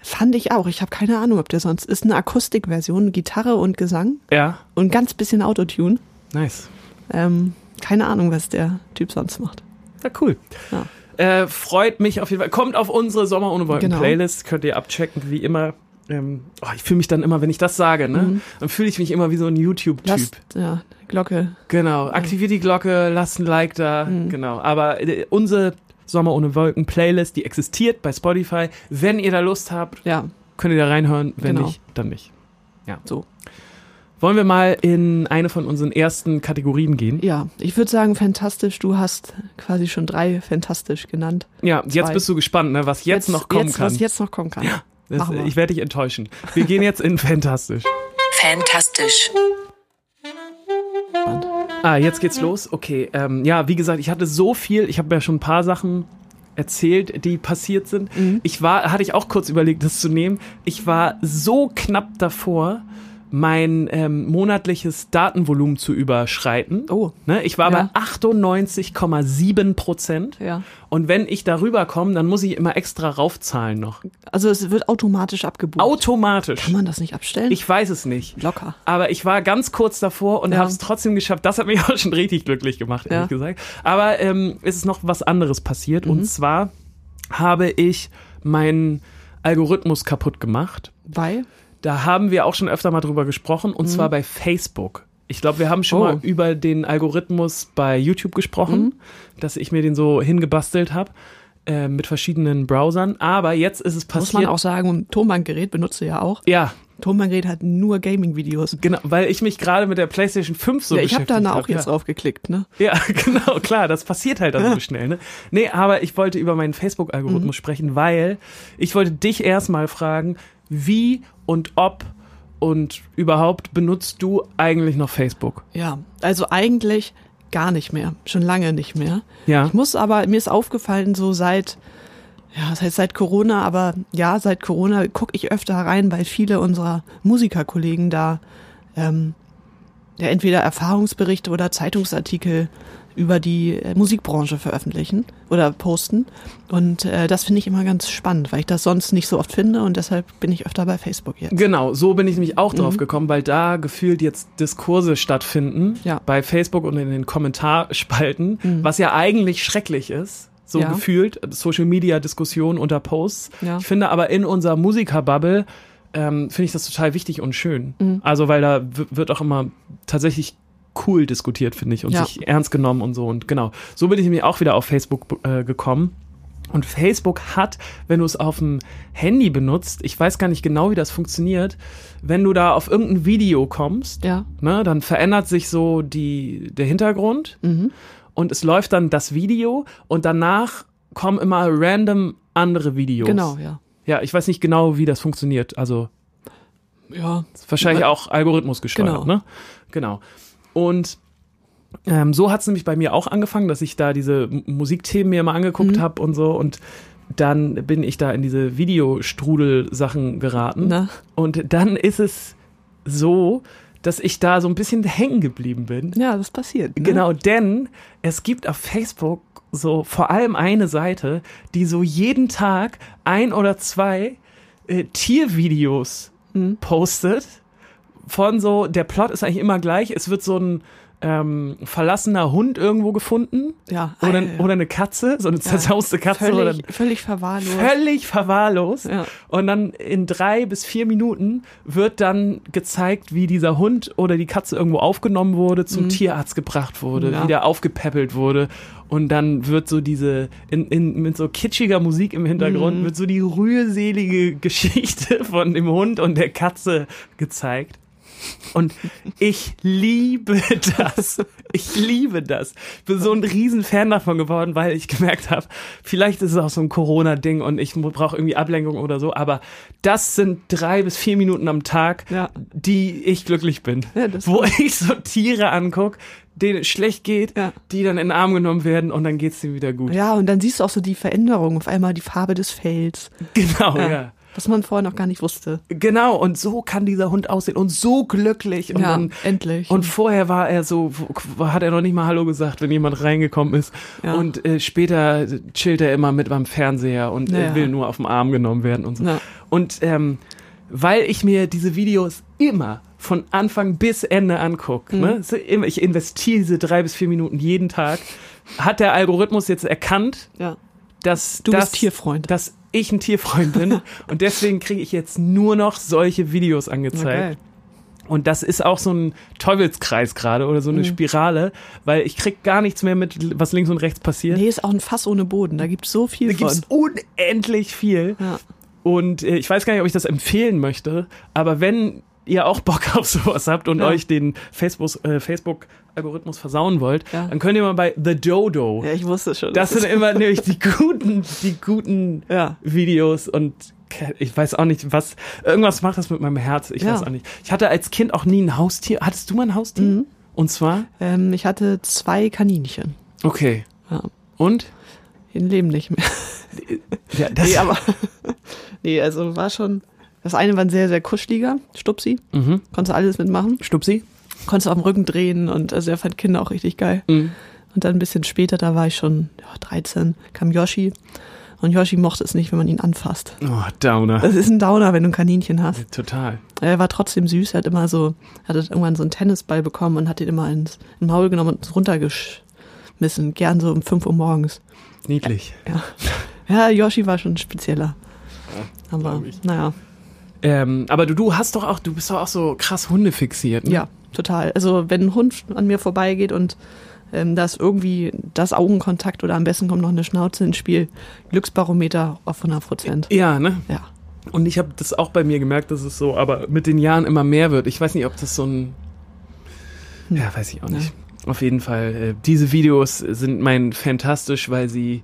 S3: Fand ich auch. Ich habe keine Ahnung, ob der sonst ist. Eine Akustikversion, Gitarre und Gesang
S2: Ja,
S3: und ganz bisschen Autotune.
S2: nice.
S3: Ähm, keine Ahnung, was der Typ sonst macht.
S2: Ja, cool.
S3: Ja.
S2: Äh, freut mich auf jeden Fall. Kommt auf unsere Sommer ohne Wolken
S3: Genau.
S2: Playlist, könnt ihr abchecken, wie immer. Ähm, oh, ich fühle mich dann immer, wenn ich das sage, ne?
S3: Mhm.
S2: Dann fühle ich mich immer wie so ein YouTube-Typ.
S3: Lasst, ja, Glocke.
S2: Genau, aktiviert die Glocke, lasst ein Like da.
S3: Mhm.
S2: Genau, aber äh, unsere Sommer ohne Wolken Playlist, die existiert bei Spotify. Wenn ihr da Lust habt,
S3: Ja,
S2: könnt ihr da reinhören. Wenn
S3: Genau.
S2: nicht, dann nicht. Ja.
S3: So.
S2: Wollen wir mal in eine von unseren ersten Kategorien gehen?
S3: ja. Ich würde sagen, fantastisch. Du hast quasi schon drei fantastisch genannt.
S2: Ja, jetzt
S3: Zwei.
S2: bist du gespannt, ne, was jetzt, noch kommen
S3: jetzt,
S2: kann.
S3: Was jetzt noch kommen kann.
S2: das,
S3: machen wir.
S2: ich werde dich enttäuschen. Wir gehen jetzt in Fantastisch.
S1: Fantastisch.
S2: Ah, jetzt geht's los. Okay, ähm, ja, wie gesagt, ich hatte so viel, ich habe ja schon ein paar Sachen erzählt, die passiert sind.
S3: Mhm.
S2: Ich war, hatte ich auch kurz überlegt, das zu nehmen. Ich war so knapp davor, mein ähm, monatliches Datenvolumen zu überschreiten.
S3: Oh.
S2: Ne? Ich war
S3: Ja.
S2: bei 98,7 Prozent.
S3: Ja.
S2: Und wenn ich darüber komme, dann muss ich immer extra raufzahlen noch.
S3: Also es wird automatisch abgebucht.
S2: Automatisch.
S3: Kann man das nicht abstellen?
S2: Ich weiß es nicht.
S3: Locker.
S2: Aber ich war ganz kurz davor und
S3: Ja.
S2: habe es trotzdem geschafft. Das hat mich auch schon richtig glücklich gemacht, ehrlich
S3: Ja. Mhm.
S2: gesagt. Aber ähm, es ist noch was anderes passiert. Und zwar habe ich meinen Algorithmus kaputt gemacht.
S3: Weil?
S2: Da haben wir auch schon öfter mal drüber gesprochen. Und zwar bei Facebook. Ich glaube, wir haben schon
S3: Mhm. Oh.
S2: mal über den Algorithmus bei YouTube gesprochen,
S3: Mhm.
S2: dass ich mir den so hingebastelt habe äh, mit verschiedenen Browsern. Aber jetzt ist es
S3: Muss
S2: passiert.
S3: man auch sagen, ein Tonbandgerät benutzt du ja auch.
S2: ja,
S3: Tonbandgerät hat nur Gaming-Videos.
S2: genau, weil ich mich gerade mit der PlayStation 5 so
S3: ja, ich habe
S2: beschäftigt
S3: da auch
S2: hab, ja.
S3: jetzt drauf geklickt, ne?
S2: Ja, genau, klar, das passiert halt dann so schnell. Ne? Nee, aber ich wollte über meinen Facebook-Algorithmus sprechen, weil ich wollte dich erstmal fragen, wie und ob und überhaupt benutzt du eigentlich noch Facebook?
S3: Ja, also eigentlich gar nicht mehr, schon lange nicht mehr.
S2: Ja.
S3: Ich muss aber, mir ist aufgefallen, so seit, ja, das heißt seit Corona, aber ja, seit Corona gucke ich öfter rein, weil viele unserer Musikerkollegen da ähm, ja, entweder Erfahrungsberichte oder Zeitungsartikel über die äh, Musikbranche veröffentlichen oder posten. Und äh, das finde ich immer ganz spannend, weil ich das sonst nicht so oft finde und deshalb bin ich öfter bei Facebook jetzt. Mhm.
S2: Genau, so bin ich nämlich auch drauf gekommen, weil da gefühlt jetzt Diskurse stattfinden
S3: Ja. Mhm.
S2: bei Facebook und in den Kommentarspalten, was ja eigentlich schrecklich ist. So
S3: Ja.
S2: gefühlt, Social Media Diskussionen unter Posts.
S3: Ja.
S2: Ich finde aber in unserer Musikerbubble ähm, finde ich das total wichtig und schön.
S3: Mhm.
S2: Also, weil da w- wird auch immer tatsächlich cool diskutiert, finde ich, und
S3: Ja.
S2: sich ernst genommen und so. Und genau, so bin ich nämlich auch wieder auf Facebook äh, gekommen. Und Facebook hat, wenn du es auf dem Handy benutzt, ich weiß gar nicht genau, wie das funktioniert, wenn du da auf irgendein Video kommst,
S3: Ja.
S2: ne, dann verändert sich so die, der Hintergrund
S3: Mhm.
S2: und es läuft dann das Video und danach kommen immer random andere Videos.
S3: Genau, ja.
S2: Ja, ich weiß nicht genau, wie das funktioniert. Also
S3: Ja.
S2: ist wahrscheinlich auch Algorithmus gesteuert,
S3: Genau.
S2: ne? Genau. Und ähm, so hat's nämlich bei mir auch angefangen, dass ich da diese M- Musikthemen mir mal angeguckt hab habe und so. Und dann bin ich da in diese hm.
S3: Ne?
S2: Videostrudel-Sachen geraten.
S3: Na?
S2: Und dann ist es so, dass ich da so ein bisschen hängen geblieben bin.
S3: Ja, das passiert. Ne?
S2: Genau, denn es gibt auf Facebook so vor allem eine Seite, die so jeden Tag ein oder zwei äh, Tiervideos
S3: Mhm.
S2: postet. Von so, der Plot ist eigentlich immer gleich. Es wird so ein ähm, verlassener Hund irgendwo gefunden.
S3: Ja.
S2: Oder,
S3: Ah, ja, ja.
S2: oder eine Katze, so eine zerzauste Katze oder ein
S3: Völlig, völlig verwahrlost.
S2: völlig verwahrlost.
S3: Ja.
S2: Und dann in drei bis vier Minuten wird dann gezeigt, wie dieser Hund oder die Katze irgendwo aufgenommen wurde, zum Tierarzt gebracht wurde,
S3: Mhm. Ja.
S2: wieder aufgepäppelt wurde. Und dann wird so diese, in, in, mit so kitschiger Musik im Hintergrund,
S3: Mhm.
S2: wird so die rührselige Geschichte von dem Hund und der Katze gezeigt. Und ich liebe das. Ich liebe das. Bin so ein Riesenfan davon geworden, weil ich gemerkt habe, vielleicht ist es auch so ein Corona-Ding und ich brauche irgendwie Ablenkung oder so. Aber das sind drei bis vier Minuten am Tag,
S3: Ja.
S2: die ich glücklich bin.
S3: Ja, das
S2: wo ich so Tiere angucke, denen es schlecht geht,
S3: Ja.
S2: die dann in den Arm genommen werden und dann geht's denen wieder gut.
S3: Ja, und dann siehst du auch so die Veränderung, auf einmal die Farbe des Fells.
S2: Genau, ja.
S3: Was man vorher noch gar nicht wusste.
S2: Genau, und so kann dieser Hund aussehen und so glücklich. Und
S3: Ja,
S2: dann,
S3: endlich.
S2: Und vorher war er so, hat er noch nicht mal Hallo gesagt, wenn jemand reingekommen ist.
S3: Ja.
S2: Und äh, später chillt er immer mit beim Fernseher und
S3: Naja.
S2: äh, will nur auf den Arm genommen werden und so.
S3: Ja.
S2: Und ähm, weil ich mir diese Videos immer von Anfang bis Ende angucke, ne?
S3: Mhm.
S2: so immer- ich investiere diese drei bis vier Minuten jeden Tag, hat der Algorithmus jetzt erkannt,
S3: Ja.
S2: dass
S3: Du
S2: das,
S3: bist Tierfreund.
S2: Dass ich ein Tierfreund bin und deswegen kriege ich jetzt nur noch solche Videos
S3: Na,
S2: angezeigt.
S3: geil.
S2: Und das ist auch so ein Teufelskreis gerade oder so
S3: Mhm.
S2: eine Spirale, weil ich krieg gar nichts mehr mit, was links und rechts passiert.
S3: Nee, ist auch ein Fass ohne Boden. Da gibt's so viel
S2: Da gibt's
S3: von.
S2: unendlich viel.
S3: Ja.
S2: Und äh, ich weiß gar nicht, ob ich das empfehlen möchte, aber wenn ihr auch Bock auf sowas habt und
S3: Ja.
S2: euch den Facebook, äh, Facebook-Algorithmus versauen wollt,
S3: Ja.
S2: dann könnt ihr mal bei The Dodo.
S3: Ja, ich wusste schon.
S2: Das sind immer nämlich die guten, die guten
S3: Ja.
S2: Videos und ke- ich weiß auch nicht, was. Irgendwas macht das mit meinem Herz. Ich
S3: Ja.
S2: weiß auch nicht. Ich hatte als Kind auch nie ein Haustier. Hattest du mal ein Haustier? Und zwar?
S3: ähm, ich hatte zwei Kaninchen.
S2: Okay.
S3: Ja.
S2: Und?
S3: In Leben nicht mehr.
S2: Ja, das,
S3: Nee, aber. nee, also war schon. Das eine war ein sehr, sehr kuscheliger, Stupsi.
S2: Mhm.
S3: Konntest du alles mitmachen.
S2: Stupsi?
S3: Konntest du am Rücken drehen und also er fand Kinder auch richtig geil.
S2: Mhm.
S3: Und dann ein bisschen später, da war ich schon ja, 13, kam Yoshi. Und Yoshi mochte es nicht, wenn man ihn anfasst.
S2: Oh, Downer.
S3: Das ist ein Downer, wenn du ein Kaninchen hast.
S2: Total.
S3: Er war trotzdem süß, er hat immer so, er hat irgendwann so einen Tennisball bekommen und hat ihn immer ins, in den Maul genommen und runtergeschmissen. Gern so um 5 Uhr morgens.
S2: Niedlich.
S3: Ja, ja Yoshi war schon spezieller. Aber
S2: glaub ich.
S3: naja,
S2: Ähm, aber du, du hast doch auch, du bist doch auch so krass hundefixiert. Ne?
S3: ja, total. Also wenn ein Hund an mir vorbeigeht und ähm, da ist irgendwie das Augenkontakt oder am besten kommt noch eine Schnauze ins Spiel, Glücksbarometer auf 100 Prozent.
S2: Ja, ne?
S3: Ja.
S2: Und ich habe das auch bei mir gemerkt, dass es so, aber mit den Jahren immer mehr wird. Ich weiß nicht, ob das so ein.
S3: Hm.
S2: Ja, weiß ich auch nicht. Auf jeden Fall, äh, diese Videos sind mein fantastisch, weil sie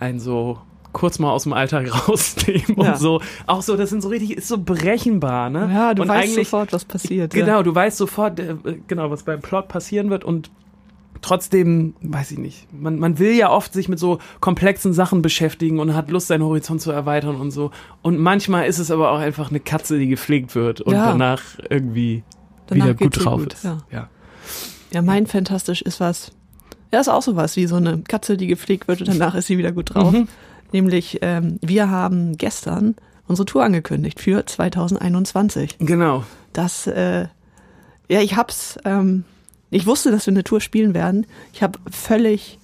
S2: einen so kurz mal aus dem Alltag rausnehmen
S3: Ja.
S2: und so. Auch so, das sind so richtig, ist so berechenbar, ne?
S3: Ja, du
S2: und
S3: weißt
S2: eigentlich-
S3: sofort, was passiert.
S2: Genau, du weißt sofort, äh, äh, genau, was beim Plot passieren wird und trotzdem, weiß ich nicht, man, man will ja oft sich mit so komplexen Sachen beschäftigen und hat Lust, seinen Horizont zu erweitern und so. Und manchmal ist es aber auch einfach eine Katze, die gepflegt wird und
S3: Ja.
S2: danach irgendwie
S3: Danach
S2: wieder gut
S3: geht's ihr
S2: drauf
S3: gut,
S2: ist.
S3: ja.
S2: Ja.
S3: Ja, mein Fantastisch ist was. Ja, ist auch sowas wie so eine Katze, die gepflegt wird und danach ist sie wieder gut drauf.
S2: Mhm.
S3: Nämlich, ähm, wir haben gestern unsere Tour angekündigt für 2021.
S2: Genau.
S3: Das, äh, ja, ich hab's, ähm, ich wusste, dass wir eine Tour spielen werden. Ich habe völlig,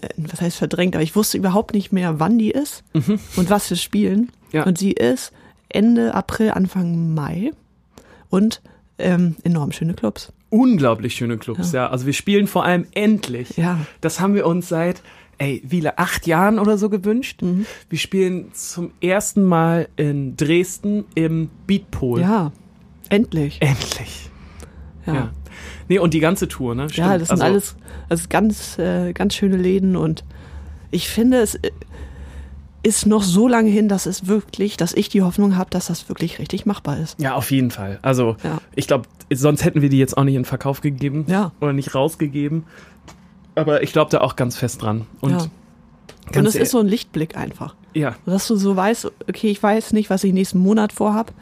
S3: äh, was heißt verdrängt, aber ich wusste überhaupt nicht mehr, wann die ist und was wir spielen.
S2: Mhm. Ja.
S3: Und sie ist Ende April, Anfang Mai und ähm, enorm schöne Clubs.
S2: Unglaublich schöne Clubs, ja. Also wir spielen vor allem endlich.
S3: Ja.
S2: Das haben wir uns seit, ey, wie la- acht Jahren oder so gewünscht.
S3: Mhm.
S2: Wir spielen zum ersten Mal in Dresden im Beatpool.
S3: Ja, endlich.
S2: Endlich.
S3: Ja.
S2: Ja. Nee, und die ganze Tour, ne? Stimmt.
S3: Ja, das sind
S2: Also,
S3: alles also ganz, äh, ganz schöne Läden und ich finde, es äh, ist noch so lange hin, dass es wirklich, dass ich die Hoffnung habe, dass das wirklich richtig machbar ist.
S2: Ja, auf jeden Fall. Also,
S3: Ja.
S2: ich glaube, sonst hätten wir die jetzt auch nicht in Verkauf gegeben
S3: Ja.
S2: oder nicht rausgegeben. Aber ich glaube da auch ganz fest dran. Und,
S3: ja.
S2: ganz e-
S3: und es
S2: ehr-
S3: ist so ein Lichtblick einfach.
S2: Ja,
S3: Dass du so weißt, okay, ich weiß nicht, was ich nächsten Monat vorhab,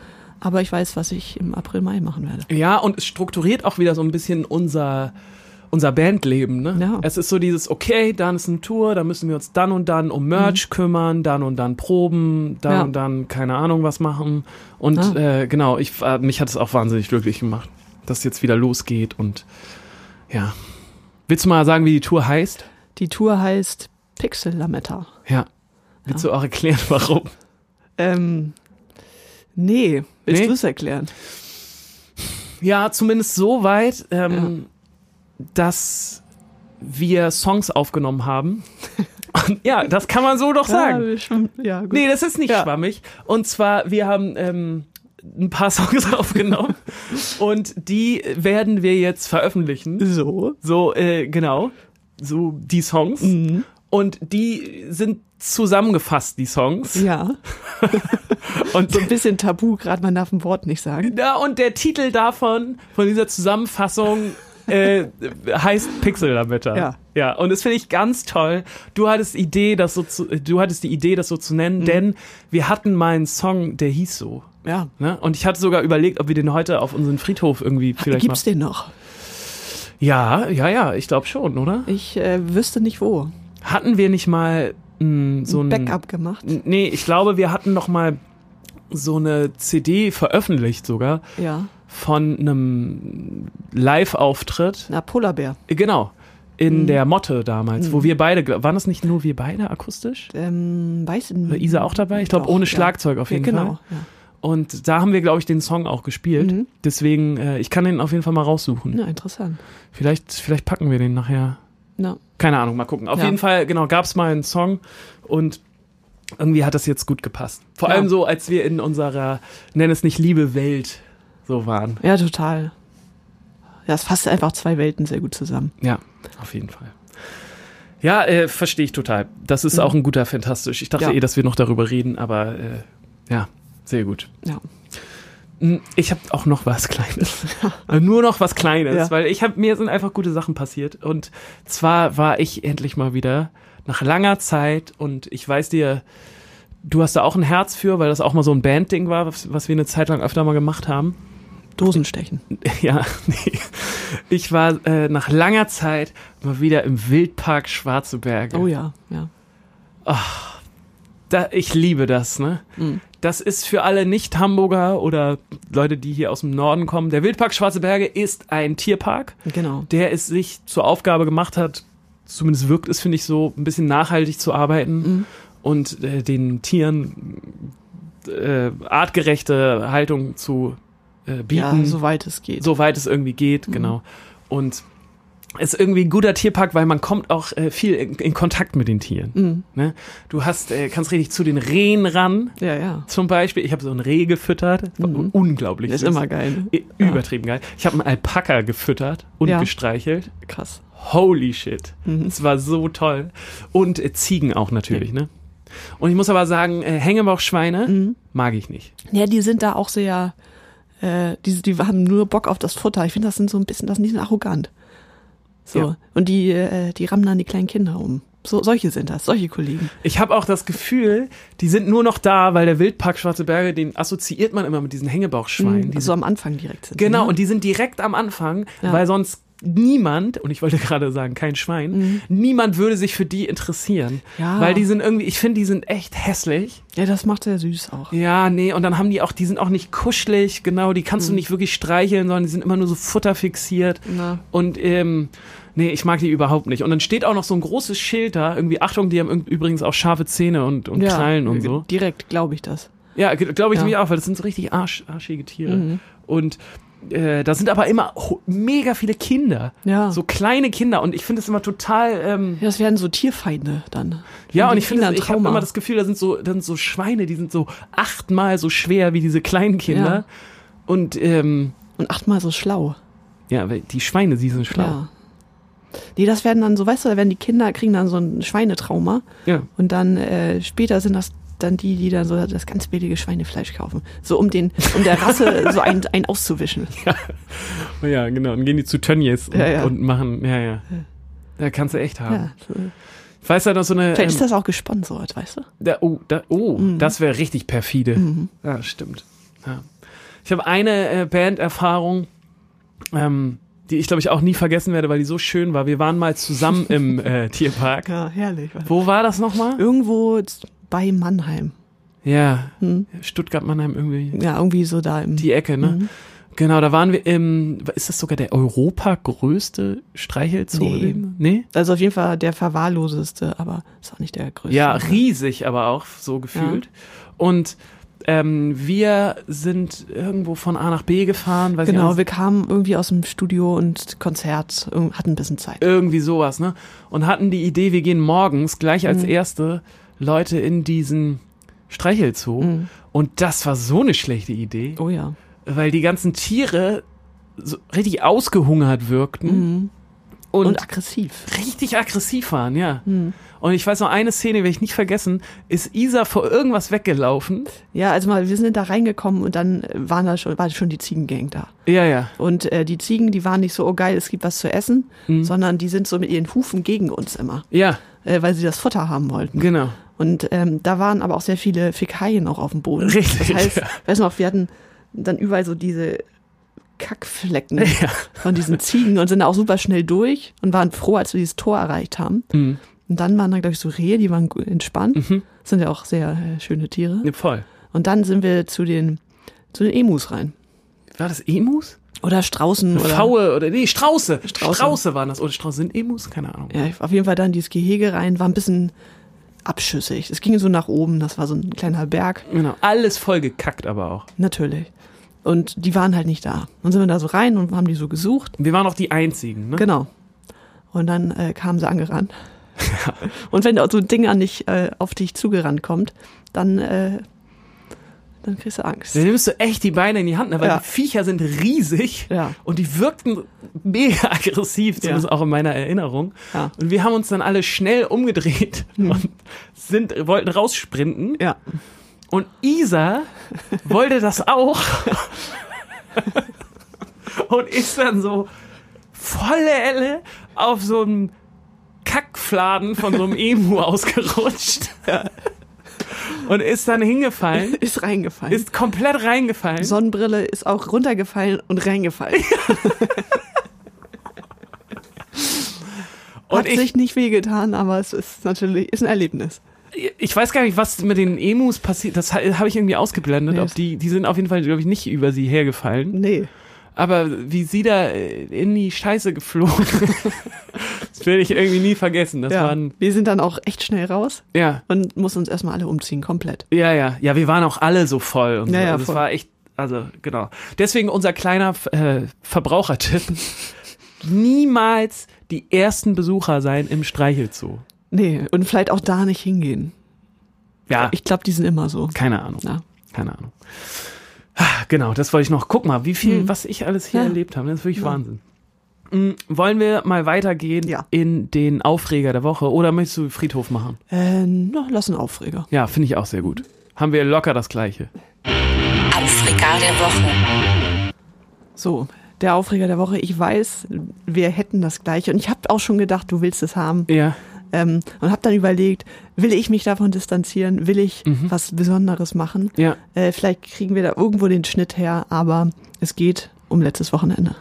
S3: Aber ich weiß, was ich im April, Mai machen werde.
S2: Ja, und es strukturiert auch wieder so ein bisschen unser, unser Bandleben. Ne?
S3: Ja.
S2: Es ist so dieses, okay, dann ist eine Tour, da müssen wir uns dann und dann um Merch kümmern, dann und dann proben, dann
S3: Mhm. Ja. Ah.
S2: und dann keine Ahnung was machen. Und äh, genau, ich, äh, mich hat es auch wahnsinnig glücklich gemacht, dass es jetzt wieder losgeht und ja. Willst du mal sagen, wie die Tour heißt?
S3: Die Tour heißt Pixel Lametta.
S2: Ja. Willst du auch erklären, warum?
S3: Ähm, nee, willst
S2: Nee?
S3: du es erklären?
S2: Ja, zumindest so weit, ähm, dass wir Songs aufgenommen haben. Und ja, das kann man so doch sagen.
S3: Ja, schon, ja gut.
S2: Nee, das ist nicht
S3: Ja.
S2: schwammig. Und zwar, wir haben ähm, ein paar Songs aufgenommen und die werden wir jetzt veröffentlichen.
S3: So.
S2: So, äh, genau. So die Songs.
S3: Mhm.
S2: Und die sind zusammengefasst, die Songs.
S3: Ja,
S2: Und
S3: so ein bisschen tabu, gerade man darf ein Wort nicht sagen.
S2: Ja, und der Titel davon, von dieser Zusammenfassung, äh, heißt Pixel Lametta.
S3: Ja.
S2: Ja, und das finde ich ganz toll. Du hattest Idee, das so zu, du hattest die Idee, das so zu
S3: Mhm.
S2: nennen, denn wir hatten mal einen Song, der hieß so.
S3: Ja.
S2: Ne? Und ich hatte sogar überlegt, ob wir den heute auf unseren Friedhof irgendwie vielleicht
S3: Gibt's den noch?
S2: machen. Ja, ja, ja, ich glaube schon, oder?
S3: Ich äh, wüsste nicht wo.
S2: Hatten wir nicht mal mh, so ein
S3: Backup gemacht.
S2: Nee, ich glaube, wir hatten noch mal so eine CD veröffentlicht sogar
S3: Ja.
S2: von einem Live-Auftritt.
S3: Na, Polarbär.
S2: Genau.
S3: Hm.
S2: In der Motte damals, wo wir beide, glaub- waren das nicht nur wir beide akustisch?
S3: Ähm, weiß
S2: War Isa auch dabei? Ich glaube,
S3: Doch,
S2: ohne
S3: ja.
S2: Schlagzeug auf
S3: Ja,
S2: jeden
S3: genau.
S2: Fall.
S3: Ja.
S2: Und da haben wir, glaube ich, den Song auch gespielt.
S3: Mhm.
S2: Deswegen, äh, ich kann den auf jeden Fall mal raussuchen.
S3: Na, interessant.
S2: Vielleicht, vielleicht packen wir den nachher.
S3: Na,
S2: Keine Ahnung, mal gucken. Auf
S3: Ja.
S2: jeden Fall, genau, gab es mal einen Song und irgendwie hat das jetzt gut gepasst. Vor
S3: Ja.
S2: allem so, als wir in unserer, nenn es nicht Liebe Welt, so waren.
S3: ja, total. Ja, es fasst einfach zwei Welten sehr gut zusammen.
S2: Ja, auf jeden Fall. Ja, äh, verstehe ich total. Das ist auch ein guter Fantastisch. Ich dachte
S3: Mhm. Ja.
S2: eh, dass wir noch darüber reden, aber äh, ja, sehr gut.
S3: Ja.
S2: Hm, Ich habe auch noch was Kleines. Äh, Nur noch was Kleines,
S3: Ja.
S2: weil ich habe mir sind einfach gute Sachen passiert. Und zwar war ich endlich mal wieder nach langer Zeit und ich weiß dir, du hast da auch ein Herz für, weil das auch mal so ein Bandding war, was, was wir eine Zeit lang öfter mal gemacht haben.
S3: Dosen stechen.
S2: Ja, nee. Ich war äh, nach langer Zeit mal wieder im Wildpark Schwarzeberge.
S3: Oh ja, ja.
S2: Da, ich liebe das, ne?
S3: Mhm.
S2: Das ist für alle Nicht-Hamburger oder Leute, die hier aus dem Norden kommen. Der Wildpark Schwarzeberge ist ein Tierpark,
S3: Genau.
S2: der es sich zur Aufgabe gemacht hat, zumindest wirkt es, finde ich, so ein bisschen nachhaltig zu arbeiten
S3: Mhm.
S2: und äh, den Tieren äh, artgerechte Haltung zu äh, bieten.
S3: Ja, soweit es geht.
S2: soweit es irgendwie geht,
S3: Mhm.
S2: genau. Und ist irgendwie ein guter Tierpark, weil man kommt auch äh, viel in, in Kontakt mit den Tieren.
S3: Mhm.
S2: Ne? Du hast, äh, kannst richtig zu den Rehen ran,
S3: Ja, ja.
S2: zum Beispiel. Ich habe so einen Reh gefüttert, war unglaublich.
S3: Mhm. Ist
S2: süß.
S3: immer geil.
S2: I- Übertrieben geil. Ich habe einen Alpaka gefüttert und
S3: Ja. Mhm.
S2: gestreichelt.
S3: Krass.
S2: Holy shit. Es war so toll. Und äh, Ziegen auch natürlich, ne? Und ich muss aber sagen, äh, Hängebauchschweine
S3: Mhm.
S2: mag ich nicht.
S3: Ja, die sind da auch sehr, äh, die, die haben nur Bock auf das Futter. Ich finde, das sind so ein bisschen, das sind nicht so arrogant. So.
S2: Ja.
S3: Und die, äh, die rammen dann die kleinen Kinder um. So, solche sind das, solche Kollegen.
S2: Ich habe auch das Gefühl, die sind nur noch da, weil der Wildpark Schwarze Berge, den assoziiert man immer mit diesen Hängebauchschweinen.
S3: Die
S2: Die
S3: Mhm, so
S2: sind,
S3: am Anfang direkt sind.
S2: genau,
S3: ne?
S2: und die sind direkt am Anfang,
S3: Ja.
S2: weil sonst niemand, und ich wollte gerade sagen, kein Schwein, niemand würde sich für die interessieren.
S3: Mhm. Ja.
S2: Weil die sind irgendwie, ich finde, die sind echt hässlich.
S3: ja, das macht er süß auch.
S2: Ja, nee, und dann haben die auch, die sind auch nicht kuschelig, genau, die
S3: Mhm.
S2: kannst du nicht wirklich streicheln, sondern die sind immer nur so futterfixiert.
S3: Na.
S2: Und ähm, nee, ich mag die überhaupt nicht. Und dann steht auch noch so ein großes Schild da, irgendwie, Achtung, die haben irgend- übrigens auch scharfe Zähne und, und Krallen und um so.
S3: Direkt, glaube ich das.
S2: Ja, glaube ich
S3: Ja. Mhm.
S2: nämlich auch, weil das sind so richtig arsch, arschige Tiere. Und äh, da sind aber immer ho- mega viele Kinder.
S3: Ja.
S2: So kleine Kinder. Und ich finde es immer total. Ähm,
S3: Ja, das wären so Tierfeinde dann.
S2: ja,
S3: Die
S2: und ich finde,
S3: Kinder
S2: das- ich habe
S3: Trauma.
S2: immer das Gefühl, da sind so, dann so Schweine, die sind so achtmal so schwer wie diese kleinen Kinder.
S3: Ja.
S2: Und ähm,
S3: Und achtmal so schlau.
S2: ja, weil die Schweine, sie sind schlau.
S3: Ja. Nee, das werden dann so, weißt du, da werden die Kinder, kriegen dann so ein Schweinetrauma.
S2: Ja.
S3: Und dann äh, später sind das dann die, die dann so das ganz billige Schweinefleisch kaufen. So um den, um der Rasse so einen, einen auszuwischen.
S2: Ja, genau. Und gehen die zu Tönnies und,
S3: Ja, ja.
S2: und machen. Ja, ja. Da kannst du echt haben.
S3: Ja.
S2: Ich weiß ja noch so eine.
S3: Vielleicht
S2: ähm,
S3: ist das Mhm. auch gesponsert, weißt du? Mhm.
S2: Da, oh, da, oh das wäre richtig perfide. Ja, stimmt. Ja. Ich habe eine äh, Banderfahrung, ähm, die ich glaube ich auch nie vergessen werde, weil die so schön war. Wir waren mal zusammen im äh, Tierpark.
S3: Ja, herrlich. war das.
S2: Wo war das nochmal?
S3: Irgendwo z- bei Mannheim.
S2: Ja,
S3: Hm?
S2: Stuttgart-Mannheim irgendwie.
S3: Ja, Mhm. irgendwie so da im.
S2: Die Ecke, ne? Genau, da waren wir im, ist das sogar der europagrößte Streichelzoo?
S3: Nee.
S2: Nee. nee?
S3: Also auf jeden Fall der verwahrloseste, aber ist auch nicht der größte.
S2: Ja, riesig, aber auch so gefühlt. Und ähm, wir sind irgendwo von A nach B gefahren, weiß
S3: Genau,
S2: ich auch,
S3: wir kamen irgendwie aus dem Studio und Konzert, irg- hatten ein bisschen Zeit.
S2: irgendwie sowas, ne? Und hatten die Idee, wir gehen morgens gleich
S3: Mhm.
S2: als erste Leute in diesen Streichelzoo.
S3: Mhm.
S2: Und das war so eine schlechte Idee,
S3: Oh ja.
S2: weil die ganzen Tiere so richtig ausgehungert wirkten
S3: Und,
S2: Mhm. und Mhm.
S3: aggressiv.
S2: richtig aggressiv waren, ja. Und ich weiß noch, eine Szene werde ich nicht vergessen, ist Isa vor irgendwas weggelaufen.
S3: Ja, also mal, wir sind da reingekommen und dann waren da schon, war schon die Ziegengang da.
S2: Ja, ja.
S3: Und äh, die Ziegen, die waren nicht so, oh geil, es gibt was zu essen,
S2: Mhm.
S3: sondern die sind so mit ihren Hufen gegen uns immer,
S2: Ja,
S3: äh, weil sie das Futter haben wollten.
S2: genau.
S3: Und ähm, da waren aber auch sehr viele Fäkalien auch auf dem Boden.
S2: Richtig,
S3: Das heißt,
S2: ja.
S3: weiß noch, wir hatten dann überall so diese Kackflecken von diesen Ziegen und sind da auch super schnell durch und waren froh, als wir dieses Tor erreicht haben.
S2: Mhm.
S3: Und dann waren da, glaube ich, so Rehe, die waren gu- entspannt. Das sind ja auch sehr äh, schöne Tiere.
S2: Ja, voll.
S3: Und dann sind wir zu den, zu den Emus rein.
S2: War das Emus?
S3: Oder Straußen oder.
S2: Faue oder nee, Strauße. Strauße.
S3: Strauße.
S2: waren das. Oder Strauße sind Emus? Keine Ahnung.
S3: Ja, auf jeden Fall dann dieses Gehege rein, war ein bisschen abschüssig. Es ging so nach oben, das war so ein kleiner Berg.
S2: Genau. Alles voll gekackt aber auch.
S3: Natürlich. Und die waren halt nicht da. Dann sind wir da so rein und haben die so gesucht.
S2: Wir waren auch die einzigen, ne?
S3: Genau. Und dann äh, kamen sie angerannt. Und wenn so ein Ding an dich, äh, auf dich zugerannt kommt, dann, äh, dann kriegst du Angst.
S2: Da nimmst du echt die Beine in die Hand, ne? weil
S3: Ja.
S2: die Viecher sind riesig
S3: Ja.
S2: und die wirkten mega aggressiv, zumindest auch in meiner Erinnerung.
S3: Ja. Mhm.
S2: Und wir haben uns dann alle schnell umgedreht und sind, wollten raussprinten.
S3: Ja.
S2: Und Isa wollte das auch. und ist dann so volle Elle auf so einem Kackfladen von so einem Emu ausgerutscht. Und ist dann hingefallen,
S3: Ist reingefallen.
S2: ist komplett reingefallen.
S3: Sonnenbrille ist auch runtergefallen und reingefallen.
S2: und
S3: Hat
S2: ich,
S3: sich nicht wehgetan, aber es ist natürlich ist ein Erlebnis.
S2: ich weiß gar nicht, was mit den Emus passiert. Das ha- habe ich irgendwie ausgeblendet.
S3: Nee,
S2: ob
S3: das-
S2: die, die sind auf jeden Fall, glaube ich, nicht über sie hergefallen.
S3: Nee.
S2: Aber wie sie da äh, in die Scheiße geflogen das werde ich irgendwie nie vergessen. Das
S3: Ja.
S2: waren,
S3: Wir sind dann auch echt schnell raus
S2: ja,
S3: und mussten uns erstmal alle umziehen, komplett.
S2: ja, ja. Ja, wir waren auch alle so voll. Und
S3: Ja,
S2: so.
S3: ja,
S2: also
S3: voll.
S2: Es war echt, also genau. Deswegen unser kleiner äh, Verbrauchertipp. Niemals die ersten Besucher sein im Streichelzoo.
S3: Nee, und vielleicht auch da nicht hingehen.
S2: Ja,
S3: Ich glaube, die sind immer so.
S2: keine Ahnung.
S3: Ja.
S2: Keine Ahnung. Ah, Genau, das wollte ich noch. Guck mal, wie viel, was ich alles hier
S3: Hm. Ja.
S2: erlebt habe. Das ist wirklich Wahnsinn. Mm, Wollen wir mal weitergehen
S3: Ja.
S2: in den Aufreger der Woche oder möchtest du Friedhof machen?
S3: Äh, na, lass einen Aufreger.
S2: Ja, finde ich auch sehr gut. Haben wir locker das Gleiche.
S1: Aufreger der Woche.
S3: So, der Aufreger der Woche. Ich weiß, wir hätten das gleiche. Und ich habe auch schon gedacht, du willst es haben.
S2: Ja.
S3: Ähm, und habe dann überlegt, will ich mich davon distanzieren? Will ich
S2: Mhm.
S3: was Besonderes machen?
S2: Ja.
S3: Äh, vielleicht kriegen wir da irgendwo den Schnitt her, aber es geht um letztes Wochenende.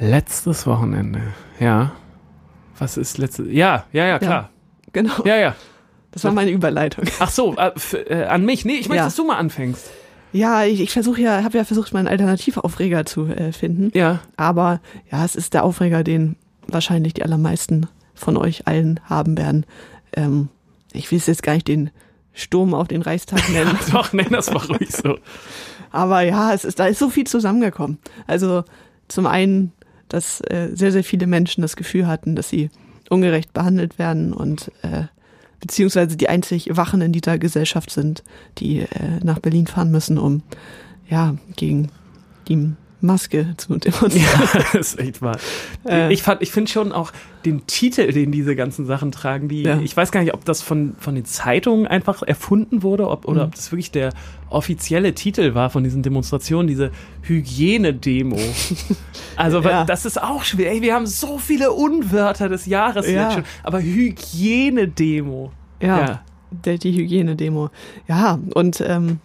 S2: Letztes Wochenende. Ja. Was ist letztes? Ja, ja, ja, klar.
S3: Genau.
S2: Ja, ja.
S3: Das war meine Überleitung.
S2: Ach so, äh, f- äh, an mich. Nee, ich möchte,
S3: Ja.
S2: dass du mal anfängst.
S3: Ja, ich, ich versuche ja, habe ja versucht, meinen Alternativaufreger zu äh, finden.
S2: Ja.
S3: Aber ja, es ist der Aufreger, den wahrscheinlich die allermeisten von euch allen haben werden. Ähm, ich will es jetzt gar nicht den Sturm auf den Reichstag nennen,
S2: Doch, nenn das mal ruhig so.
S3: aber ja, es ist, da ist so viel zusammengekommen. Also zum einen, dass äh, sehr, sehr viele Menschen das Gefühl hatten, dass sie ungerecht behandelt werden und äh, beziehungsweise die einzig Wachen in dieser Gesellschaft sind, die äh, nach Berlin fahren müssen, um ja, gegen die Maske zu demonstrieren.
S2: das ist echt wahr.
S3: Äh.
S2: Ich, fand- ich finde schon auch den Titel, den diese ganzen Sachen tragen, die,
S3: Ja.
S2: ich weiß gar nicht, ob das von, von den Zeitungen einfach erfunden wurde ob,
S3: Mhm.
S2: oder ob das wirklich der offizielle Titel war von diesen Demonstrationen, diese Hygienedemo. also, wa-
S3: Ja.
S2: das ist auch schwer. Ey, wir haben so viele Unwörter des Jahres
S3: Ja.
S2: jetzt schon. Aber Hygienedemo.
S3: Ja, der, die Hygienedemo. Ja, und ähm,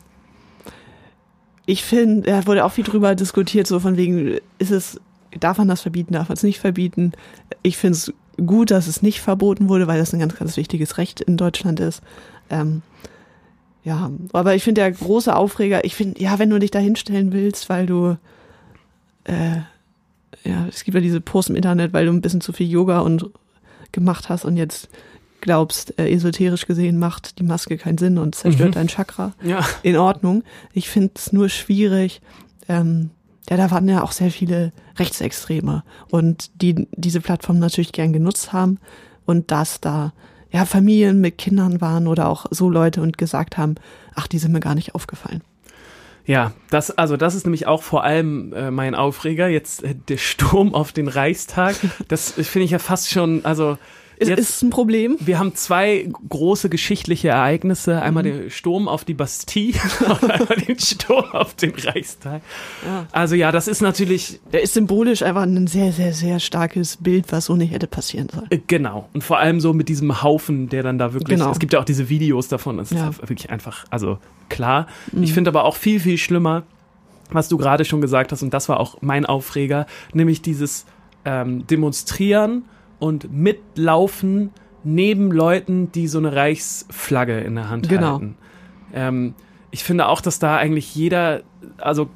S3: ich finde, da wurde auch viel drüber diskutiert, so von wegen, ist es, darf man das verbieten, darf man es nicht verbieten? Ich finde es gut, dass es nicht verboten wurde, weil das ein ganz, ganz wichtiges Recht in Deutschland ist. Ähm, ja, aber ich finde der große Aufreger, ich finde, ja, wenn du dich da hinstellen willst, weil du, äh, ja, es gibt ja diese Posts im Internet, weil du ein bisschen zu viel Yoga und gemacht hast und jetzt glaubst, äh, esoterisch gesehen macht die Maske keinen Sinn und zerstört
S2: Mhm.
S3: dein Chakra
S2: Ja.
S3: in Ordnung. Ich finde es nur schwierig. Ähm, ja, da waren ja auch sehr viele Rechtsextreme und die diese Plattform natürlich gern genutzt haben und dass da ja Familien mit Kindern waren oder auch so Leute und gesagt haben, ach, die sind mir gar nicht aufgefallen.
S2: Ja, das, also das ist nämlich auch vor allem äh, mein Aufreger, jetzt äh, der Sturm auf den Reichstag. Das äh, finde ich ja fast schon, also
S3: Ist,
S2: jetzt,
S3: ist ein Problem.
S2: wir haben zwei große geschichtliche Ereignisse.
S3: Mhm.
S2: Einmal den Sturm auf die Bastille und einmal den Sturm auf den Reichstag.
S3: Ja.
S2: Also ja, das ist natürlich,
S3: Der ist symbolisch einfach ein sehr, sehr, sehr starkes Bild, was so nicht hätte passieren sollen.
S2: Äh, Genau. Und vor allem so mit diesem Haufen, der dann da wirklich.
S3: Genau.
S2: Es gibt ja auch diese Videos davon. Das
S3: Ja. Mhm.
S2: ist ja wirklich einfach, also klar. Ich finde aber auch viel, viel schlimmer, was du gerade schon gesagt hast, und das war auch mein Aufreger, nämlich dieses ähm, Demonstrieren und Mitlaufen neben Leuten, die so eine Reichsflagge in der Hand
S3: Genau.
S2: halten. Ähm, ich finde auch, dass da eigentlich jeder, also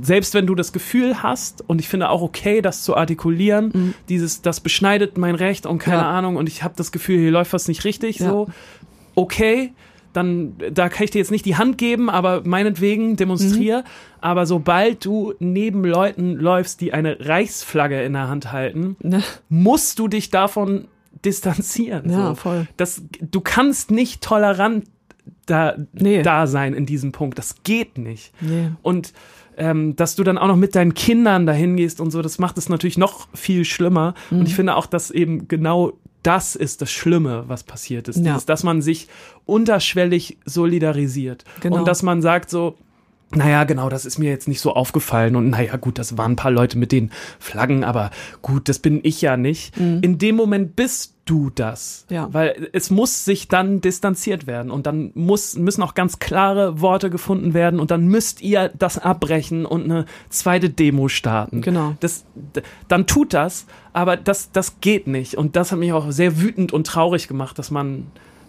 S2: selbst wenn du das Gefühl hast, und ich finde auch okay, das zu artikulieren, dieses, das beschneidet mein Recht und keine
S3: Mhm. Ja.
S2: Ahnung, und ich habe das Gefühl, hier läuft was nicht richtig
S3: Ja.
S2: so, okay, dann da kann ich dir jetzt nicht die Hand geben, aber meinetwegen
S3: Mhm.
S2: demonstrier. Aber sobald du neben Leuten läufst, die eine Reichsflagge in der Hand halten,
S3: Ne?
S2: musst du dich davon distanzieren.
S3: Ja,
S2: so.
S3: voll.
S2: Das, du kannst nicht tolerant da,
S3: Nee.
S2: da sein in diesem Punkt. Das geht nicht.
S3: Nee.
S2: Und ähm, dass du dann auch noch mit deinen Kindern dahin gehst und so, das macht es natürlich noch viel schlimmer. Und
S3: Mhm.
S2: ich finde auch, dass eben genau das ist das Schlimme, was passiert ist.
S3: Ja.
S2: Dieses, dass man sich unterschwellig solidarisiert.
S3: Genau.
S2: Und dass man sagt so, naja, genau, das ist mir jetzt nicht so aufgefallen. Und naja, gut, das waren ein paar Leute mit den Flaggen, aber gut, das bin ich ja nicht. In dem Moment bist du das.
S3: Mhm. Ja.
S2: Weil es muss sich dann distanziert werden. Und dann muss, müssen auch ganz klare Worte gefunden werden. Und dann müsst ihr das abbrechen und eine zweite Demo starten.
S3: Genau.
S2: Das, d- dann tut das, aber das, das geht nicht. Und das hat mich auch sehr wütend und traurig gemacht, dass man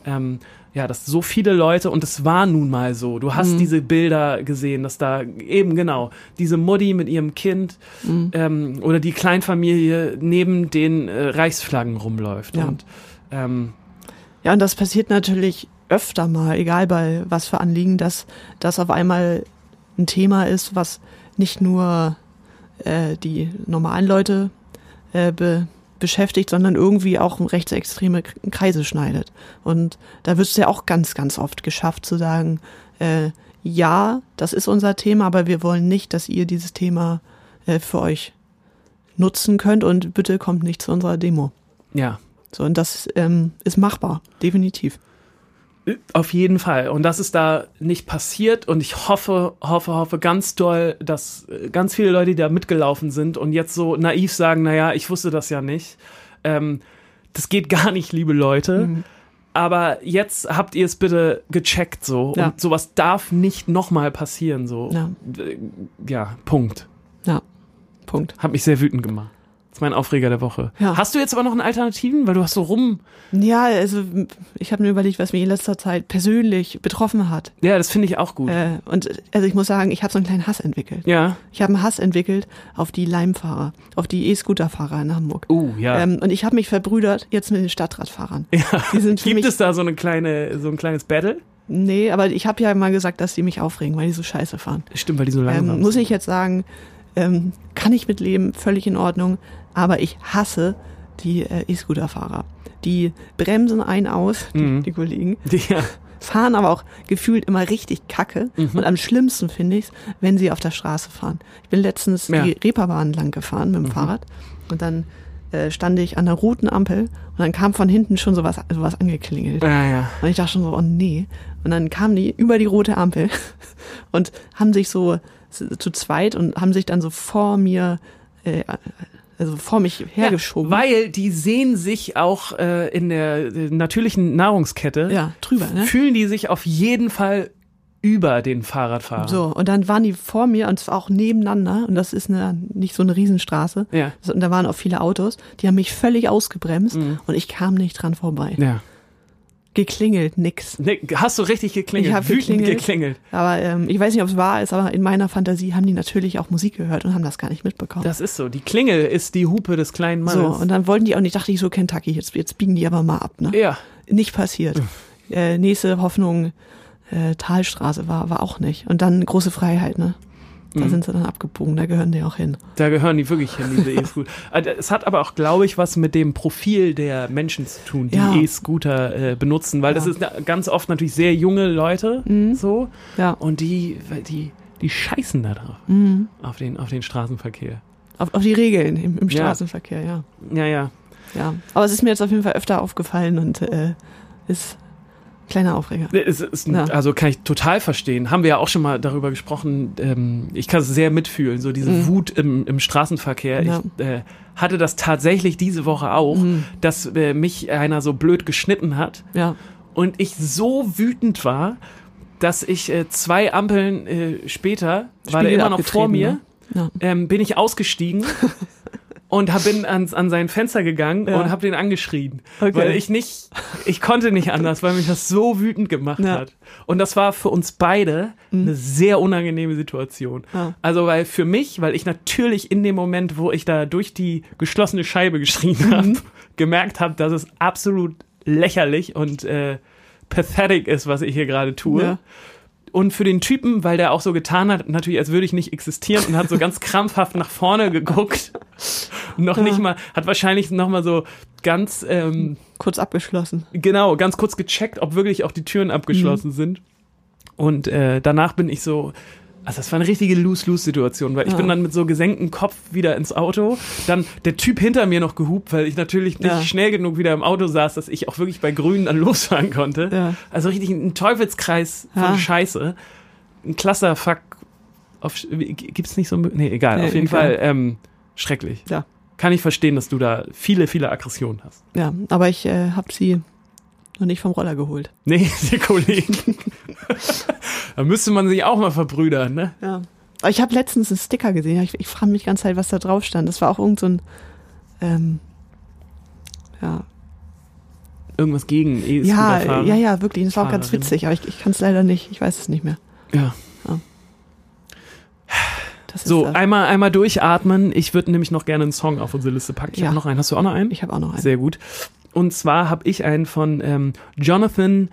S2: ähm, ja, dass so viele Leute, und es war nun mal so, du hast diese Bilder gesehen, dass da eben genau diese Mutti mit ihrem Kind ähm, oder die Kleinfamilie neben den äh, Reichsflaggen rumläuft.
S3: Ja.
S2: Und ähm,
S3: Ja, und das passiert natürlich öfter mal, egal bei was für Anliegen, dass das auf einmal ein Thema ist, was nicht nur äh, die normalen Leute äh, be beschäftigt, sondern irgendwie auch in rechtsextreme K- Kreise schneidet. Und da wird es ja auch ganz, ganz oft geschafft zu sagen, äh, ja, das ist unser Thema, aber wir wollen nicht, dass ihr dieses Thema äh, für euch nutzen könnt und bitte kommt nicht zu unserer Demo.
S2: ja.
S3: So, und das ähm, ist machbar, definitiv.
S2: Auf jeden Fall. Und das ist da nicht passiert. Und ich hoffe, hoffe, hoffe ganz doll, dass äh, ganz viele Leute, die da mitgelaufen sind und jetzt so naiv sagen, naja, ich wusste das ja nicht. Ähm, das geht gar nicht, liebe Leute.
S3: Mhm.
S2: Aber jetzt habt ihr es bitte gecheckt so.
S3: Ja.
S2: Und sowas darf nicht nochmal passieren so.
S3: Ja.
S2: Äh, ja, Punkt.
S3: Ja, Punkt.
S2: Hat mich sehr wütend gemacht. Das ist mein Aufreger der Woche.
S3: Ja.
S2: Hast du jetzt aber noch einen Alternativen? Weil du hast so rum.
S3: Ja, also ich habe mir überlegt, was mich in letzter Zeit persönlich betroffen hat.
S2: Ja, das finde ich auch gut.
S3: Äh, und also ich muss sagen, ich habe so einen kleinen Hass entwickelt.
S2: Ja.
S3: Ich habe einen Hass entwickelt auf die Leimfahrer, auf die E-Scooter-Fahrer in Hamburg.
S2: Uh, ja.
S3: Ähm, und ich habe mich verbrüdert jetzt mit den Stadtradfahrern.
S2: Ja.
S3: Die sind für
S2: Gibt
S3: mich,
S2: es da so eine kleine, so ein kleines Battle?
S3: Nee, aber ich habe ja mal gesagt, dass die mich aufregen, weil die so scheiße fahren.
S2: Stimmt, weil die so
S3: Ähm, muss ich jetzt sagen, ähm, kann ich mitleben, völlig in Ordnung. Aber ich hasse die äh, E-Scooter-Fahrer. Die bremsen einen aus, die,
S2: Mhm.
S3: die Kollegen,
S2: Ja,
S3: fahren aber auch gefühlt immer richtig kacke.
S2: Mhm.
S3: Und am schlimmsten finde ich es, wenn sie auf der Straße fahren. Ich bin letztens
S2: Ja. Mhm.
S3: die Reeperbahn lang gefahren mit dem Fahrrad und dann äh, stand ich an der roten Ampel und dann kam von hinten schon sowas, sowas angeklingelt.
S2: ja, ja.
S3: Und ich dachte schon so, oh nee. Und dann kamen die über die rote Ampel und haben sich so zu zweit und haben sich dann so vor mir, äh, also vor mich hergeschoben.
S2: Weil die sehen sich auch äh, in der äh, natürlichen Nahrungskette,
S3: ja, drüber, ne?
S2: fühlen die sich auf jeden Fall über den Fahrradfahrer.
S3: So, und dann waren die vor mir und zwar auch nebeneinander, und das ist eine, nicht so eine Riesenstraße,
S2: Ja.
S3: So, und da waren auch viele Autos, die haben mich völlig ausgebremst und ich kam nicht dran vorbei.
S2: Mhm. Ja.
S3: Geklingelt, nix.
S2: Nee, hast du richtig geklingelt?
S3: Ich habe
S2: Wütend
S3: geklingelt,
S2: geklingelt.
S3: Aber ähm, ich weiß nicht, ob es wahr ist, aber in meiner Fantasie haben die natürlich auch Musik gehört und haben das gar nicht mitbekommen.
S2: Das ist so. Die Klingel ist die Hupe des kleinen
S3: so,
S2: Mannes.
S3: und dann wollten die auch nicht, dachte ich so, Kentucky, jetzt, jetzt biegen die aber mal ab. Ne?
S2: ja.
S3: Nicht passiert. äh, nächste Hoffnung, äh, Talstraße war, war auch nicht. Und dann große Freiheit, ne?
S2: Mhm.
S3: Da sind sie dann abgebogen, da gehören die auch hin.
S2: Da gehören die wirklich hin, diese E-Scooter. Also, Es hat aber auch, glaube ich, was mit dem Profil der Menschen zu tun, die
S3: Ja.
S2: E-Scooter äh, benutzen, weil das
S3: Ja. Mhm.
S2: ist na- ganz oft natürlich sehr junge Leute so
S3: Ja, Mhm.
S2: und die, weil die, die scheißen da drauf, auf, den, auf den Straßenverkehr.
S3: auf, auf die Regeln im, im
S2: Ja.
S3: Straßenverkehr, ja.
S2: Ja, ja.
S3: ja. Aber es ist mir jetzt auf jeden Fall öfter aufgefallen und äh, ist ein kleiner Aufreger.
S2: Es ist, ein-
S3: Ja.
S2: Also kann ich total verstehen. Haben wir ja auch schon mal darüber gesprochen. Ähm, ich kann es sehr mitfühlen, so diese Wut im, im Straßenverkehr.
S3: Mhm. Ja. Mhm.
S2: Ich äh, hatte das tatsächlich diese Woche auch, dass äh, mich einer so blöd geschnitten hat.
S3: Ja,
S2: und ich so wütend war, dass ich äh, zwei Ampeln äh, später, war der
S3: Spiegel
S2: immer noch vor
S3: abgetreten,
S2: mir,
S3: ne? ja.
S2: ähm, bin ich ausgestiegen und hab, bin ans, an sein Fenster gegangen
S3: Ja.
S2: und habe den angeschrien,
S3: Okay.
S2: weil ich nicht, ich konnte nicht anders, weil mich das so wütend gemacht
S3: Ja. Mhm.
S2: hat. Und das war für uns beide eine sehr unangenehme Situation.
S3: Ja.
S2: Also weil für mich, weil ich natürlich in dem Moment, wo ich da durch die geschlossene Scheibe geschrien habe,
S3: Mhm.
S2: gemerkt habe, dass es absolut lächerlich und äh, pathetic ist, was ich hier gerade tue.
S3: Ja.
S2: Und für den Typen, weil der auch so getan hat, natürlich, als würde ich nicht existieren und hat so ganz krampfhaft nach vorne geguckt. Noch nicht mal, hat wahrscheinlich noch mal so ganz, ähm,
S3: Kurz abgeschlossen.
S2: genau, ganz kurz gecheckt, ob wirklich auch die Türen abgeschlossen
S3: Mhm.
S2: sind. Und äh, danach bin ich so, also das war eine richtige Lose-Lose-Situation, weil ich
S3: Ja.
S2: bin dann mit so gesenktem Kopf wieder ins Auto. Dann der Typ hinter mir noch gehupt, weil ich natürlich nicht
S3: Ja.
S2: schnell genug wieder im Auto saß, dass ich auch wirklich bei Grün dann losfahren konnte.
S3: Ja.
S2: Also richtig ein Teufelskreis von
S3: Ja.
S2: Scheiße. Ein klasser Fuck. Auf, wie- gibt's nicht so. ein- Nee, egal.
S3: Nee,
S2: auf jeden
S3: egal.
S2: Fall ähm, schrecklich.
S3: Ja.
S2: Kann ich verstehen, dass du da viele, viele Aggressionen hast.
S3: Ja, aber ich äh, habe sie noch nicht vom Roller geholt.
S2: Nee, die Kollegen. da müsste man sich auch mal verbrüdern, ne?
S3: Ja. Aber ich habe letztens einen Sticker gesehen. Ich, ich frage mich die ganze Zeit, was da drauf stand. Das war auch irgend so ein ähm, ja.
S2: Irgendwas gegen E-Scooter
S3: Ja,
S2: fahren.
S3: ja, ja, wirklich. Das war auch ganz
S2: Fahrerin.
S3: witzig, aber ich, ich kann es leider nicht. Ich weiß es nicht mehr.
S2: ja.
S3: Das ist äh,
S2: So,
S3: das.
S2: einmal, einmal durchatmen. Ich würde nämlich noch gerne einen Song auf unsere Liste packen. Ich
S3: Ja.
S2: habe noch einen. Hast du auch noch einen?
S3: ich habe auch noch einen.
S2: Sehr gut. Und zwar habe ich einen von ähm, Jonathan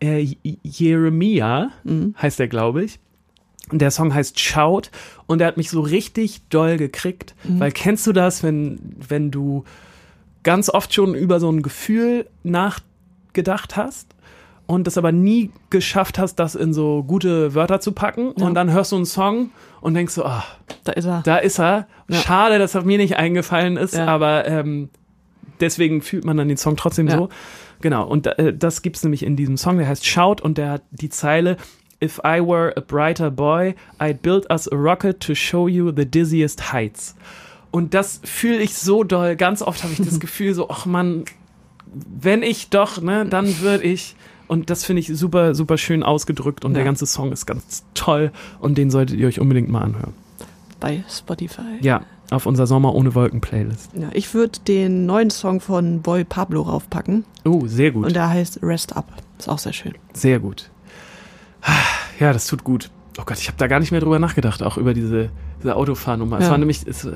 S2: äh, J- Jeremiah, heißt der, glaube ich. Und der Song heißt Shout und der hat mich so richtig doll gekriegt, weil kennst du das, wenn, wenn du ganz oft schon über so ein Gefühl nachgedacht hast und das aber nie geschafft hast, das in so gute Wörter zu packen und dann hörst du einen Song und denkst so, ah,
S3: Da ist er.
S2: da ist er.
S3: Ja.
S2: Schade, dass er mir nicht eingefallen ist,
S3: Ja.
S2: aber ähm, deswegen fühlt man dann den Song trotzdem
S3: Ja.
S2: so. Genau, und äh, das gibt's nämlich in diesem Song, der heißt Shout und der hat die Zeile If I were a brighter boy, I'd build us a rocket to show you the dizziest heights. Und das fühle ich so doll. Ganz oft habe ich das Gefühl so, ach Mann, wenn ich doch, ne, dann würde ich. Und das finde ich super, super schön ausgedrückt und der
S3: Ja.
S2: ganze Song ist ganz toll und den solltet ihr euch unbedingt mal anhören.
S3: Bei Spotify.
S2: Ja, auf unser Sommer ohne Wolken Playlist.
S3: Ja, ich würde den neuen Song von Boy Pablo raufpacken
S2: Oh, sehr gut.
S3: und der heißt Rest Up. Ist auch sehr schön.
S2: sehr gut. Ja, das tut gut. Oh Gott, ich habe da gar nicht mehr drüber nachgedacht, auch über diese, diese Autofahrnummer. Es
S3: Ja.
S2: war nämlich, es, äh,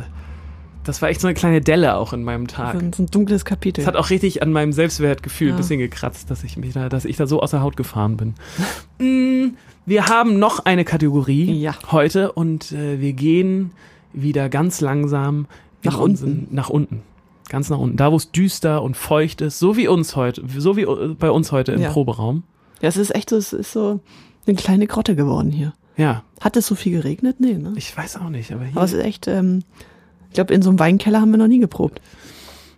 S2: das war echt so eine kleine Delle auch in meinem Tag.
S3: So ein, so ein dunkles Kapitel.
S2: Ah, Es hat auch richtig an meinem Selbstwertgefühl
S3: Ja.
S2: ein bisschen gekratzt, dass ich mich da, dass ich da so außer Haut gefahren bin. Mm, wir haben noch eine Kategorie
S3: Ja.
S2: heute und äh, wir gehen wieder ganz langsam in
S3: Nach
S2: unseren-
S3: unten.
S2: Nach unten. Ganz nach unten. Da, wo es düster und feucht ist, so wie uns heute, so wie äh, bei uns heute im
S3: Ja.
S2: Proberaum.
S3: ja, es ist echt so, es ist so eine kleine Grotte geworden hier.
S2: Ja,
S3: Hat es so viel geregnet? Nee, ne?
S2: ich weiß auch nicht, aber hier.
S3: Aber es ist echt, ähm, ich glaube, in so einem Weinkeller haben wir noch nie geprobt.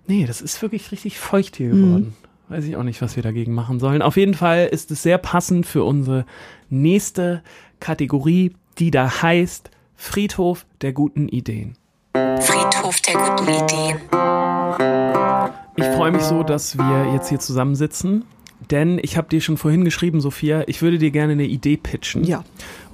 S2: Nee, das ist wirklich richtig feucht hier geworden. Weiß ich auch nicht, was wir dagegen machen sollen. Auf jeden Fall ist es sehr passend für unsere nächste Kategorie, die da heißt Friedhof der guten Ideen.
S1: Friedhof der guten Ideen.
S2: Ich freue mich so, dass wir jetzt hier zusammensitzen denn ich habe dir schon vorhin geschrieben, Sophia, ich würde dir gerne eine Idee pitchen.
S3: Ja.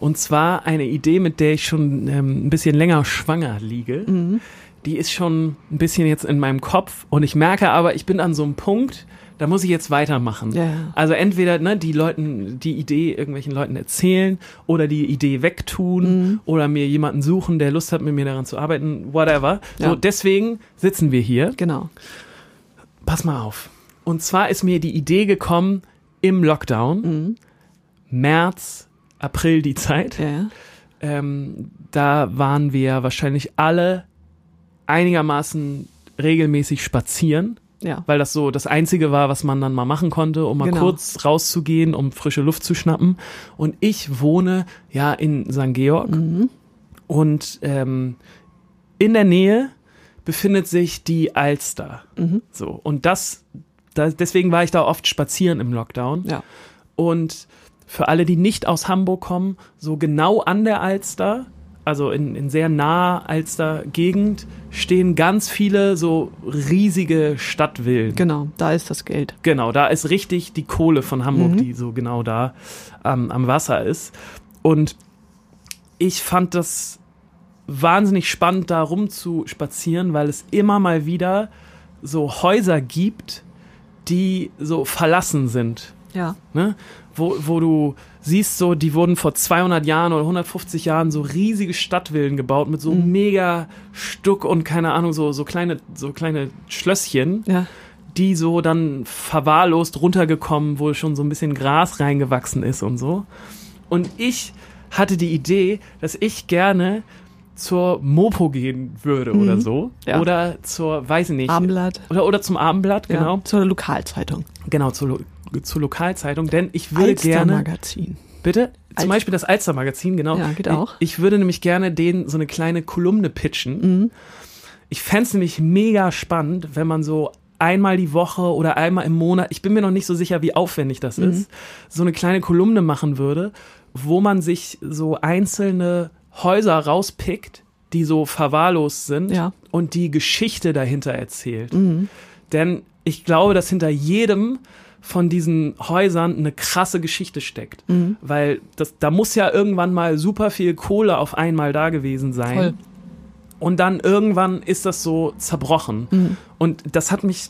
S2: Und zwar eine Idee, mit der ich schon ähm, ein bisschen länger schwanger liege.
S3: Mhm.
S2: Die ist schon ein bisschen jetzt in meinem Kopf und ich merke aber, ich bin an so einem Punkt, da muss ich jetzt weitermachen.
S3: Ja, ja.
S2: Also entweder ne, die Leuten, die Idee irgendwelchen Leuten erzählen oder die Idee wegtun
S3: Mhm.
S2: oder mir jemanden suchen, der Lust hat, mit mir daran zu arbeiten, whatever.
S3: Ja.
S2: So, deswegen sitzen wir hier.
S3: Genau.
S2: Pass mal auf. Und zwar ist mir die Idee gekommen im Lockdown, März, April die Zeit.
S3: Ja, ja.
S2: Ähm, da waren wir wahrscheinlich alle einigermaßen regelmäßig spazieren,
S3: Ja.
S2: weil das so das Einzige war, was man dann mal machen konnte, um mal
S3: Genau.
S2: kurz rauszugehen, um frische Luft zu schnappen. Und ich wohne ja in St. Georg
S3: Mhm.
S2: und ähm, in der Nähe befindet sich die Alster.
S3: Mhm.
S2: So und das, das, deswegen war ich da oft spazieren im Lockdown.
S3: ja.
S2: Und für alle, die nicht aus Hamburg kommen, so genau an der Alster, also in, in sehr naher Alster-Gegend, stehen ganz viele so riesige Stadtvillen.
S3: Genau. Da ist das Geld.
S2: Genau, da ist richtig die Kohle von Hamburg, die so genau da ähm, am Wasser ist. Und ich fand das wahnsinnig spannend, da rum zu spazieren, weil es immer mal wieder so Häuser gibt, die so verlassen sind
S3: Ja.
S2: ne? wo, wo du siehst, so, die wurden vor 200 Jahren oder 150 Jahren so riesige Stadtvillen gebaut mit so
S3: Mhm.
S2: mega Stuck und keine Ahnung, so, so kleine, so kleine Schlösschen,
S3: Ja.
S2: die so dann verwahrlost runtergekommen, wo schon so ein bisschen Gras reingewachsen ist und so. Und ich hatte die Idee, dass ich gerne zur Mopo gehen würde oder so.
S3: Mhm. Ja.
S2: Oder zur, weiß ich nicht.
S3: Abendblatt.
S2: Oder, oder zum Abendblatt,
S3: Ja.
S2: genau.
S3: Zur Lokalzeitung.
S2: Genau, zur, Lo zur Lokalzeitung, denn ich würde gerne.
S3: Magazin.
S2: Bitte? Zum
S3: Alst-
S2: Beispiel das Alster-Magazin, genau.
S3: Ja, geht auch.
S2: Ich, ich würde nämlich gerne denen so eine kleine Kolumne pitchen. Ich fänd's nämlich mega spannend, wenn man so einmal die Woche oder einmal im Monat, ich bin mir noch nicht so sicher, wie aufwendig das
S3: Mhm.
S2: ist, so eine kleine Kolumne machen würde, wo man sich so einzelne Häuser rauspickt, die so verwahrlost sind
S3: Ja. Mhm.
S2: und die Geschichte dahinter erzählt. Denn ich glaube, dass hinter jedem von diesen Häusern eine krasse Geschichte steckt.
S3: Mhm.
S2: Weil das, da muss ja irgendwann mal super viel Kohle auf einmal da gewesen sein.
S3: Voll.
S2: Und dann irgendwann ist das so zerbrochen.
S3: Mhm.
S2: Und das hat mich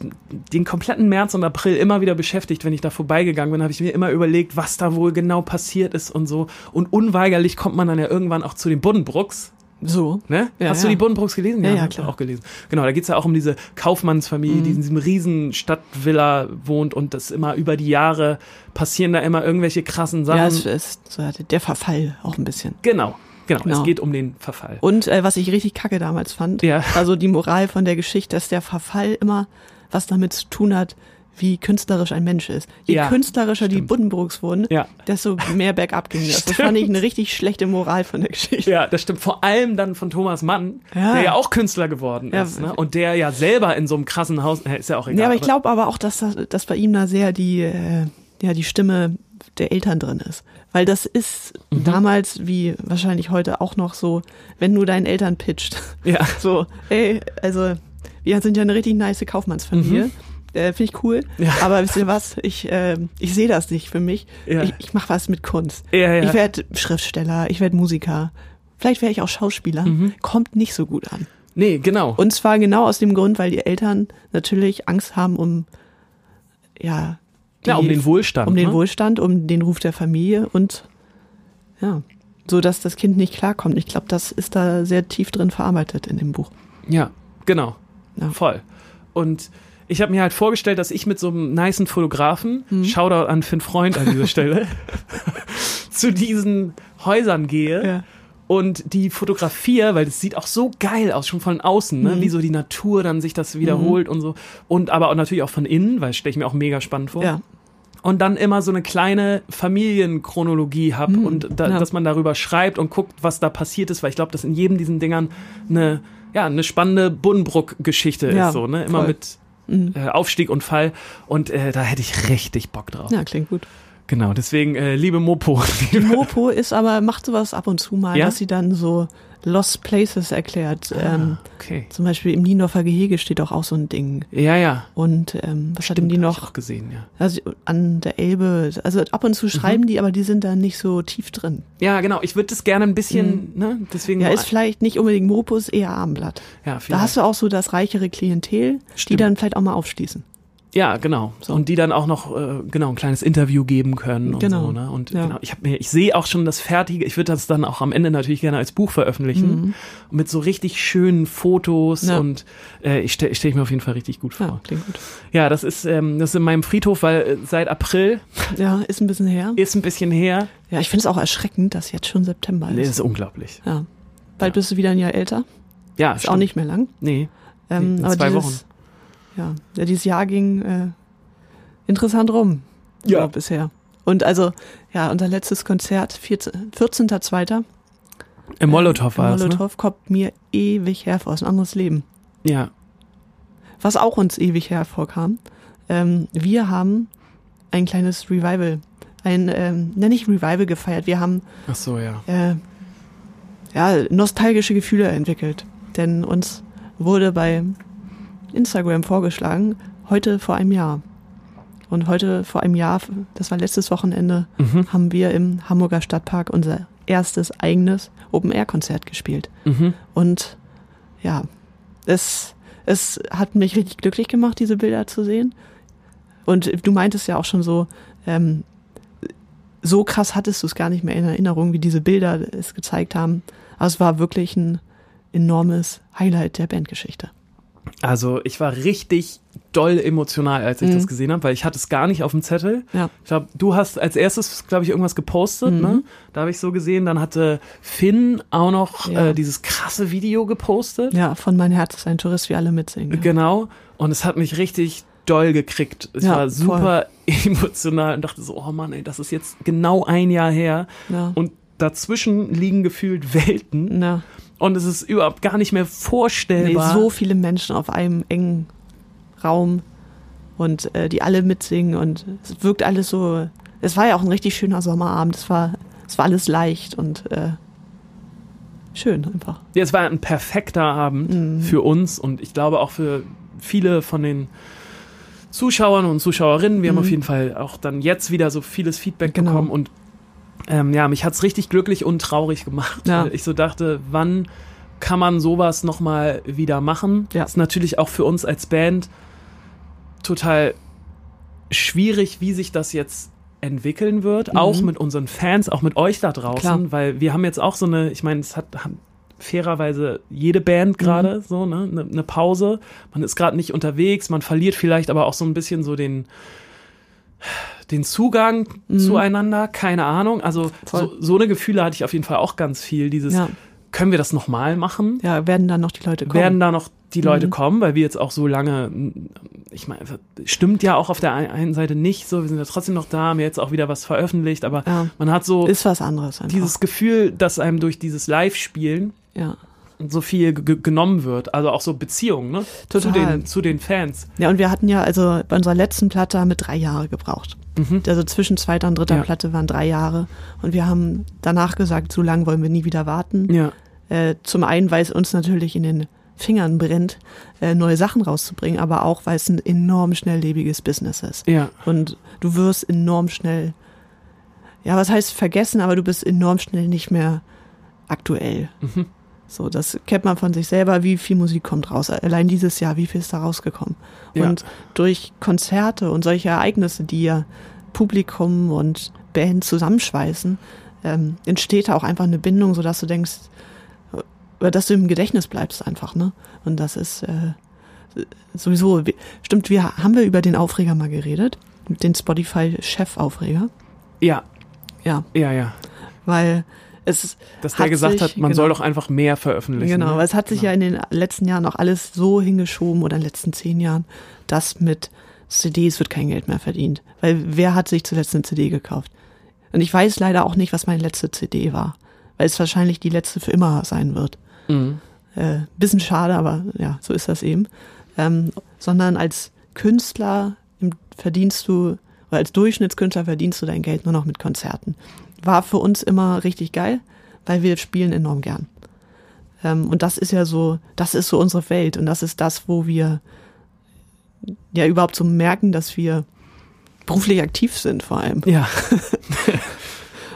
S2: den kompletten März und April immer wieder beschäftigt. Wenn ich da vorbeigegangen bin, habe ich mir immer überlegt, was da wohl genau passiert ist und so. Und unweigerlich kommt man dann ja irgendwann auch zu den Buddenbrooks.
S3: So.
S2: Ne?
S3: Ja,
S2: Hast
S3: ja.
S2: du die Buddenbrooks gelesen?
S3: Ja, ja,
S2: hab ich
S3: klar. Mhm.
S2: auch gelesen. Genau, da geht's ja auch um diese Kaufmannsfamilie, die in diesem riesen Stadtvilla wohnt und das immer über die Jahre passieren da immer irgendwelche krassen Sachen.
S3: Ja, es ist so der Verfall auch ein bisschen.
S2: genau, genau,
S3: Genau.
S2: Es geht um den Verfall.
S3: Und äh, was ich richtig kacke damals fand,
S2: Ja.
S3: war so die Moral von der Geschichte, dass der Verfall immer was damit zu tun hat, wie künstlerisch ein Mensch ist. Je
S2: Ja,
S3: künstlerischer die Buddenbrooks wurden,
S2: Ja.
S3: desto mehr bergab ging das. Das fand ich eine richtig schlechte Moral von der Geschichte.
S2: Ja, das stimmt. Vor allem dann von Thomas Mann,
S3: Ja.
S2: der ja auch Künstler geworden
S3: Ja.
S2: ist. Ne? Und der ja selber in so einem krassen Haus, äh, ist ja auch egal.
S3: Ja, aber ich glaube aber auch, dass, das, dass bei ihm da sehr die, äh, ja, die Stimme der Eltern drin ist. Weil das ist
S2: Mhm.
S3: damals, wie wahrscheinlich heute auch noch so, wenn du deinen Eltern pitcht.
S2: Ja.
S3: So, ey, also wir sind ja eine richtig nice Kaufmannsfamilie. Äh, Finde ich cool.
S2: Mhm. Ja.
S3: Aber wisst ihr was? Ich, ähm, ich sehe das nicht für mich.
S2: Ja.
S3: Ich, ich mache was mit Kunst.
S2: Ja, ja.
S3: Ich werde Schriftsteller, ich werde Musiker. Vielleicht wäre ich auch Schauspieler.
S2: Mhm.
S3: Kommt nicht so gut an.
S2: Nee, genau.
S3: Und zwar genau aus dem Grund, weil die Eltern natürlich Angst haben um, ja, die,
S2: ja, um den Wohlstand.
S3: um den
S2: ne?
S3: Wohlstand, um den Ruf der Familie und ja, so dass das Kind nicht klarkommt. Ich glaube, das ist da sehr tief drin verarbeitet in dem Buch.
S2: Ja, genau.
S3: Ja.
S2: Voll. Und ich habe mir halt vorgestellt, dass ich mit so einem nicen Fotografen,
S3: Mhm.
S2: Shoutout an Finn Freund an dieser Stelle, zu diesen Häusern gehe
S3: Ja.
S2: und die fotografiere, weil das sieht auch so geil aus, schon von außen,
S3: Mhm.
S2: ne? wie so die Natur dann sich das wiederholt und so. Und aber auch natürlich auch von innen, weil stelle ich mir auch mega spannend vor
S3: Ja,
S2: und dann immer so eine kleine Familienchronologie hab und da,
S3: Mhm. ja.
S2: dass man darüber schreibt und guckt, was da passiert ist, weil ich glaube, dass in jedem diesen Dingern eine ja eine spannende Buddenbrook-Geschichte
S3: Ja,
S2: ist, so ne immer
S3: voll. Mhm.
S2: mit äh, Aufstieg und Fall und äh, da hätte ich richtig Bock drauf.
S3: ja, klingt gut.
S2: Genau, deswegen, äh, liebe Mopo.
S3: Die Mopo ist aber, macht sowas ab und zu mal,
S2: Ja?
S3: dass sie dann so Lost Places erklärt. Ähm,
S2: okay.
S3: zum Beispiel im Niendorfer Gehege steht auch, auch so ein Ding.
S2: Ja, ja.
S3: Und ähm, was hatten die
S2: Hab ich
S3: noch?
S2: auch gesehen, ja.
S3: Also an der Elbe. Also ab und zu schreiben die, aber die sind da nicht so tief drin.
S2: Ja, genau. Ich würde das gerne ein bisschen, ne? Deswegen.
S3: Mhm. Ja,
S2: nur
S3: ist
S2: ein-
S3: vielleicht nicht unbedingt Mopus, eher Abendblatt.
S2: ja,
S3: Da
S2: vielleicht.
S3: hast du auch so das reichere Klientel, die
S2: Stimmt.
S3: dann vielleicht auch mal aufschließen.
S2: Ja, genau. Und die dann auch noch äh, genau ein kleines Interview geben können und
S3: Genau.
S2: so, ne? Und
S3: Ja.
S2: genau, ich habe mir ich sehe auch schon das fertige, ich würde das dann auch am Ende natürlich gerne als Buch veröffentlichen mit so richtig schönen Fotos
S3: Mhm. Ja.
S2: und äh, ich stelle stell ich mir auf jeden Fall richtig gut
S3: Ja,
S2: vor.
S3: klingt gut.
S2: Ja, das ist ähm, das ist in meinem Friedhof, weil äh, seit April
S3: Ja, ist ein bisschen her.
S2: ist ein bisschen her.
S3: Ja, ich finde es auch erschreckend, dass jetzt schon September
S2: Nee,
S3: ist.
S2: ist unglaublich.
S3: Ja. Bald bist du wieder ein Jahr älter.
S2: Ja,
S3: Ist auch nicht mehr lang.
S2: Nee.
S3: Ähm,
S2: Nee, in
S3: aber
S2: zwei
S3: dieses, Ja, ja, dieses Jahr ging äh, interessant rum.
S2: Ja.
S3: so Bisher. Und also, ja, unser letztes Konzert, 14 14.02.
S2: Im Molotow war es. Ne?
S3: Molotow kommt mir ewig hervor, ist ein anderes Leben.
S2: Ja.
S3: Was auch uns ewig hervorkam, ähm, wir haben ein kleines Revival, ein, ähm, na nicht Revival gefeiert, wir haben
S2: Ach so, ja.
S3: äh, ja, nostalgische Gefühle entwickelt. Denn uns wurde bei Instagram vorgeschlagen, heute vor einem Jahr. Und heute vor einem Jahr, das war letztes Wochenende, haben wir im Hamburger Stadtpark unser erstes eigenes Open-Air-Konzert gespielt.
S2: Mhm.
S3: Und ja, es, es hat mich richtig glücklich gemacht, diese Bilder zu sehen. Und du meintest ja auch schon so, ähm, so krass hattest du es gar nicht mehr in Erinnerung, wie diese Bilder es gezeigt haben. Aber es war wirklich ein enormes Highlight der Bandgeschichte.
S2: Also ich war richtig doll emotional, als ich
S3: Mhm.
S2: das gesehen habe, weil ich hatte es gar nicht auf dem Zettel.
S3: Ja.
S2: Ich glaube, du hast als erstes, glaube ich, irgendwas gepostet,
S3: Mhm.
S2: ne? Da habe ich so gesehen. Dann hatte Finn auch noch
S3: Ja.
S2: äh, dieses krasse Video gepostet.
S3: Ja, von Mein Herz ist ein Tourist, wir alle mitsingen. Ja.
S2: Genau. Und es hat mich richtig doll gekriegt. Ich
S3: Ja,
S2: war super emotional und dachte so, oh Mann, ey, das ist jetzt genau ein Jahr her.
S3: Ja.
S2: Und dazwischen liegen gefühlt Welten.
S3: Na,
S2: Und es ist überhaupt gar nicht mehr
S3: Mhm. nee,
S2: vorstellbar.
S3: so viele Menschen auf einem engen Raum und äh, die alle mitsingen und es wirkt alles so. Es war ja auch ein richtig schöner Sommerabend. Es war, es war alles leicht und äh, schön einfach.
S2: Ja, es war ein perfekter Abend
S3: Mhm.
S2: für uns und ich glaube auch für viele von den Zuschauern und Zuschauerinnen. Wir haben auf jeden Fall auch dann jetzt wieder so vieles Feedback
S3: Mhm. Genau.
S2: bekommen und ähm, ja, mich hat's richtig glücklich und traurig gemacht,
S3: Ja.
S2: weil ich so dachte, wann kann man sowas nochmal wieder machen?
S3: Ja.
S2: Ist natürlich auch für uns als Band total schwierig, wie sich das jetzt entwickeln wird, auch mit unseren Fans, auch mit euch da draußen,
S3: Mhm. Klar.
S2: weil wir haben jetzt auch so eine, ich meine, es hat haben fairerweise jede
S3: Mhm.
S2: Band gerade so, ne, eine ne Pause. Man ist gerade nicht unterwegs, man verliert vielleicht aber auch so ein bisschen so den den Zugang zueinander, keine Ahnung. Also
S3: Mhm. Voll.
S2: so, so eine Gefühle hatte ich auf jeden Fall auch ganz viel. Dieses,
S3: Ja.
S2: können wir das nochmal machen?
S3: Ja, werden dann noch die Leute kommen. Mhm.
S2: werden da noch die Leute kommen, weil wir jetzt auch so lange, ich meine, stimmt ja auch auf der ein- einen Seite nicht so, wir sind ja trotzdem noch da, haben ja jetzt auch wieder was veröffentlicht, aber
S3: Ja.
S2: man hat so
S3: ist was anderes einfach.
S2: dieses Gefühl, dass einem durch dieses Live-Spielen
S3: ja.
S2: so viel ge- genommen wird, also auch so Beziehungen, ne? Zu
S3: Total.
S2: den, zu den Fans.
S3: ja, und wir hatten ja, also bei unserer letzten Platte haben wir drei Jahre gebraucht. Also zwischen zweiter und dritter
S2: Mhm. Ja.
S3: Platte waren drei Jahre. Und wir haben danach gesagt, so lange wollen wir nie wieder warten.
S2: Ja.
S3: Äh, zum einen, weil es uns natürlich in den Fingern brennt, äh, neue Sachen rauszubringen, aber auch, weil es ein enorm schnelllebiges Business ist.
S2: Ja.
S3: Und du wirst enorm schnell, ja, was heißt vergessen, aber du bist enorm schnell nicht mehr aktuell. So, das kennt man von sich selber, wie viel Musik kommt raus. Allein dieses Jahr, wie viel ist da rausgekommen?
S2: Ja.
S3: Und durch Konzerte und solche Ereignisse, die ja Publikum und Band zusammenschweißen, ähm, entsteht da auch einfach eine Bindung, sodass du denkst, oder dass du im Gedächtnis bleibst einfach, ne? Und das ist äh, sowieso, wir- stimmt, wir haben wir über den Aufreger mal geredet, den Spotify-Chef-Aufreger.
S2: Ja,
S3: Ja,
S2: ja, ja.
S3: weil es
S2: Dass der gesagt hat, man
S3: genau,
S2: soll doch einfach mehr veröffentlichen.
S3: Genau,
S2: ne?
S3: weil es hat sich ja in den letzten Jahren auch alles so hingeschoben oder in den letzten zehn Jahren, dass mit CDs wird kein Geld mehr verdient. Weil wer hat sich zuletzt eine CD gekauft? Und ich weiß leider auch nicht, was meine letzte CD war, weil es wahrscheinlich die letzte für immer sein wird.
S2: Mhm.
S3: äh, bisschen schade, aber ja, so ist das eben. Ähm, sondern als Künstler im- verdienst du Weil als Durchschnittskünstler verdienst du dein Geld nur noch mit Konzerten. War für uns immer richtig geil, weil wir spielen enorm gern. Ähm, und das ist ja so, das ist so unsere Welt und das ist das, wo wir ja überhaupt so merken, dass wir beruflich aktiv sind vor allem.
S2: Ja.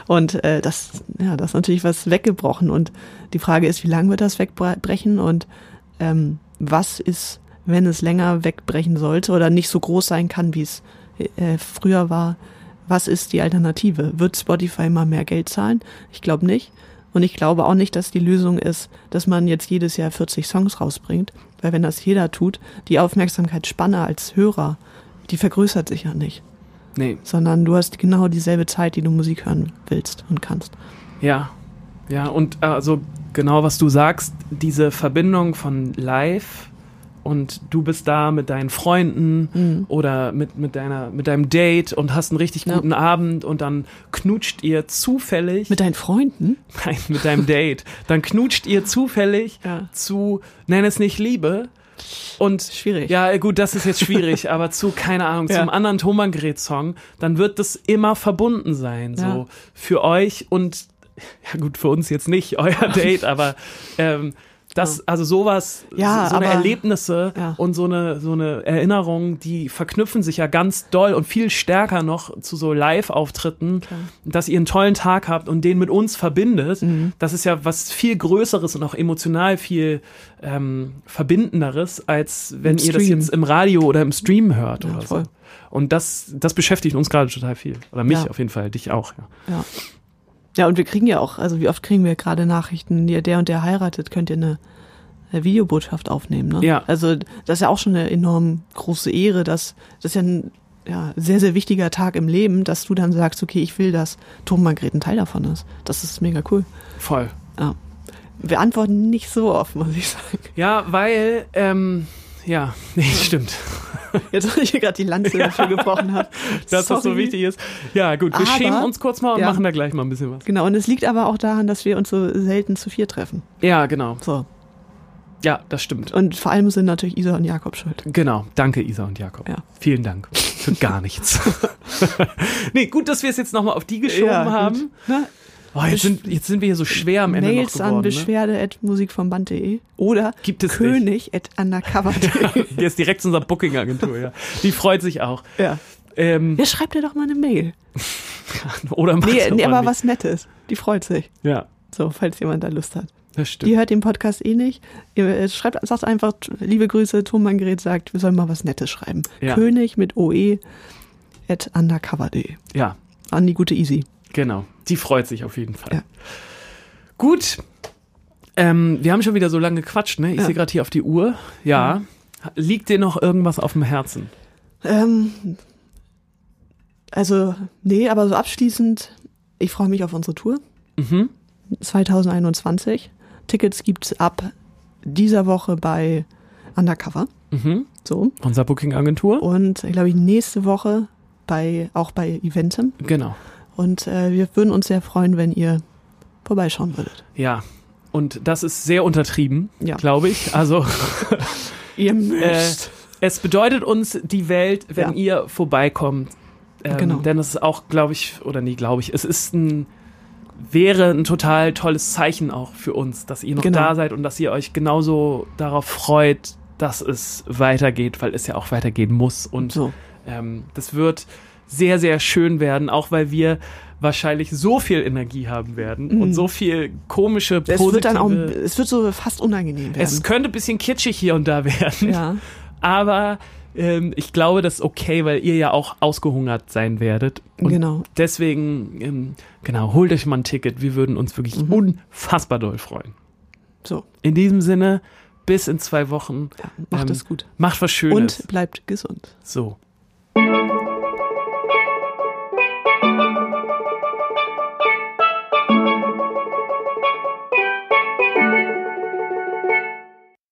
S3: Und äh, das, ja, das ist natürlich was weggebrochen. Und die Frage ist, wie lange wird das wegbrechen und ähm, was ist, wenn es länger wegbrechen sollte oder nicht so groß sein kann, wie es äh, früher war, was ist die Alternative? Wird Spotify mal mehr Geld zahlen? Ich glaube nicht. Und ich glaube auch nicht, dass die Lösung ist, dass man jetzt jedes Jahr 40 Songs rausbringt, weil wenn das jeder tut, die Aufmerksamkeitsspanne als Hörer, die vergrößert sich ja nicht
S2: Nee.
S3: sondern du hast genau dieselbe Zeit, die du Musik hören willst und kannst.
S2: Ja. Ja, und also genau, was du sagst, diese Verbindung von live und du bist da mit deinen Freunden oder mit, mit, deiner, mit deinem Date und hast einen richtig
S3: Ja.
S2: guten Abend und dann knutscht ihr zufällig
S3: Mit deinen Freunden?
S2: Nein, mit deinem Date. Dann knutscht ihr zufällig
S3: Ja.
S2: zu, nenn es nicht Liebe. Und
S3: Schwierig.
S2: Ja, gut, das ist jetzt schwierig, aber zu, keine Ahnung,
S3: Ja.
S2: zum anderen Thomann-Gret-Song, dann wird das immer verbunden sein. So
S3: Ja.
S2: für euch und ja gut, für uns jetzt nicht, euer Date, aber ähm, das, also sowas,
S3: Ja,
S2: so, so eine
S3: aber-
S2: Erlebnisse
S3: Ja.
S2: und so eine, so eine Erinnerung, die verknüpfen sich ja ganz doll und viel stärker noch zu so Live-Auftritten, dass ihr einen tollen Tag habt und den mit uns verbindet.
S3: Mhm.
S2: Das ist ja was viel Größeres und auch emotional viel ähm, Verbindenderes, als wenn
S3: Im
S2: ihr das
S3: Stream.
S2: jetzt im Radio oder im Stream hört oder
S3: voll.
S2: so. Und das, das beschäftigt uns gerade total viel. Oder mich
S3: Ja.
S2: auf jeden Fall, dich auch. Ja.
S3: Ja. Ja, und wir kriegen ja auch, also wie oft kriegen wir gerade Nachrichten, ja, der und der heiratet, könnt ihr eine eine Videobotschaft aufnehmen, ne?
S2: Ja.
S3: Also, das ist ja auch schon eine enorm große Ehre, dass, das ist ja ein, ja, sehr, sehr wichtiger Tag im Leben, dass du dann sagst, okay, ich will, dass Tom Margret ein Teil davon ist. Das ist mega cool.
S2: Voll.
S3: Ja. Wir antworten nicht so oft, muss ich sagen.
S2: Ja, weil, ähm, ja, nee, stimmt.
S3: Jetzt, wo ich hier gerade die Lanze dafür gebrochen habe.
S2: Dass das so
S3: Sorry.
S2: wichtig ist. Ja, gut, wir
S3: Aber-
S2: schämen uns kurz mal und
S3: Ja.
S2: machen da gleich mal ein bisschen was.
S3: Genau, und es liegt aber auch daran, dass wir uns so selten zu vier treffen.
S2: Ja, genau.
S3: So.
S2: Ja, das stimmt.
S3: Und vor allem sind natürlich Isa und Jakob schuld.
S2: Genau. Danke, Isa und Jakob.
S3: Ja.
S2: Vielen Dank für gar nichts. nee, gut, dass wir es jetzt nochmal auf die geschoben
S3: Ja, gut.
S2: haben.
S3: Ne?
S2: Oh, jetzt,
S3: Besch-
S2: sind, jetzt sind wir hier so schwer am Ende
S3: Mails
S2: noch geworden.
S3: an
S2: ne?
S3: beschwerde.musikvomband.de oder
S2: Gibt es nicht.
S3: König at undercover.de.
S2: Der ist direkt zu unserer Booking-Agentur, ja. Die freut sich auch.
S3: ja.
S2: Ähm,
S3: ja, schreibt ihr doch mal eine Mail.
S2: oder macht's
S3: Nee,
S2: doch
S3: nee
S2: mal
S3: aber
S2: nicht.
S3: was Nettes. Die freut sich.
S2: Ja,
S3: So, falls jemand da Lust hat.
S2: das stimmt.
S3: Die hört den Podcast eh nicht. Ihr äh, schreibt, sagt einfach, t- liebe Grüße, Tom Mann-Gerät sagt, wir sollen mal was Nettes schreiben.
S2: Ja.
S3: König mit OE at undercover.de.
S2: Ja,
S3: An die gute Easy.
S2: genau. Die freut sich auf jeden Fall.
S3: Ja.
S2: Gut. Ähm, wir haben schon wieder so lange gequatscht, ne? Ich
S3: Ja.
S2: sehe gerade hier auf die Uhr. Ja. Liegt dir noch irgendwas auf dem Herzen?
S3: Ähm, also, nee, aber so abschließend, ich freue mich auf unsere Tour
S2: Mhm.
S3: 2021. Tickets gibt's ab dieser Woche bei Undercover.
S2: Mhm.
S3: So.
S2: Unser Booking-Agentur?
S3: Und glaube ich nächste Woche bei auch bei Eventem.
S2: Genau.
S3: Und äh, wir würden uns sehr freuen, wenn ihr vorbeischauen würdet.
S2: Ja. Und das ist sehr untertrieben,
S3: Ja.
S2: glaube ich. Also
S3: Ihr
S2: äh, es bedeutet uns die Welt, wenn ihr vorbeikommt. Ähm,
S3: Genau.
S2: Denn es ist auch, glaube ich, oder nee, glaube ich, es ist ein, wäre ein total tolles Zeichen auch für uns, dass ihr noch
S3: Genau.
S2: da seid und dass ihr euch genauso darauf freut, dass es weitergeht, weil es ja auch weitergehen muss. Und
S3: so.
S2: ähm, das wird sehr, sehr schön werden, auch weil wir wahrscheinlich so viel Energie haben werden und so viel komische,
S3: Mhm. Es
S2: positive...
S3: wird dann auch, es wird so fast unangenehm werden.
S2: es könnte ein bisschen kitschig hier und da werden.
S3: ja.
S2: Aber ähm, ich glaube, das ist okay, weil ihr ja auch ausgehungert sein werdet. Und
S3: Genau.
S2: Deswegen, ähm, genau, holt euch mal ein Ticket. Wir würden uns wirklich
S3: Mhm.
S2: unfassbar doll freuen.
S3: So.
S2: In diesem Sinne, bis in zwei Wochen. Ähm,
S3: Ja, macht es gut.
S2: Macht was Schönes.
S3: Und bleibt gesund.
S2: so.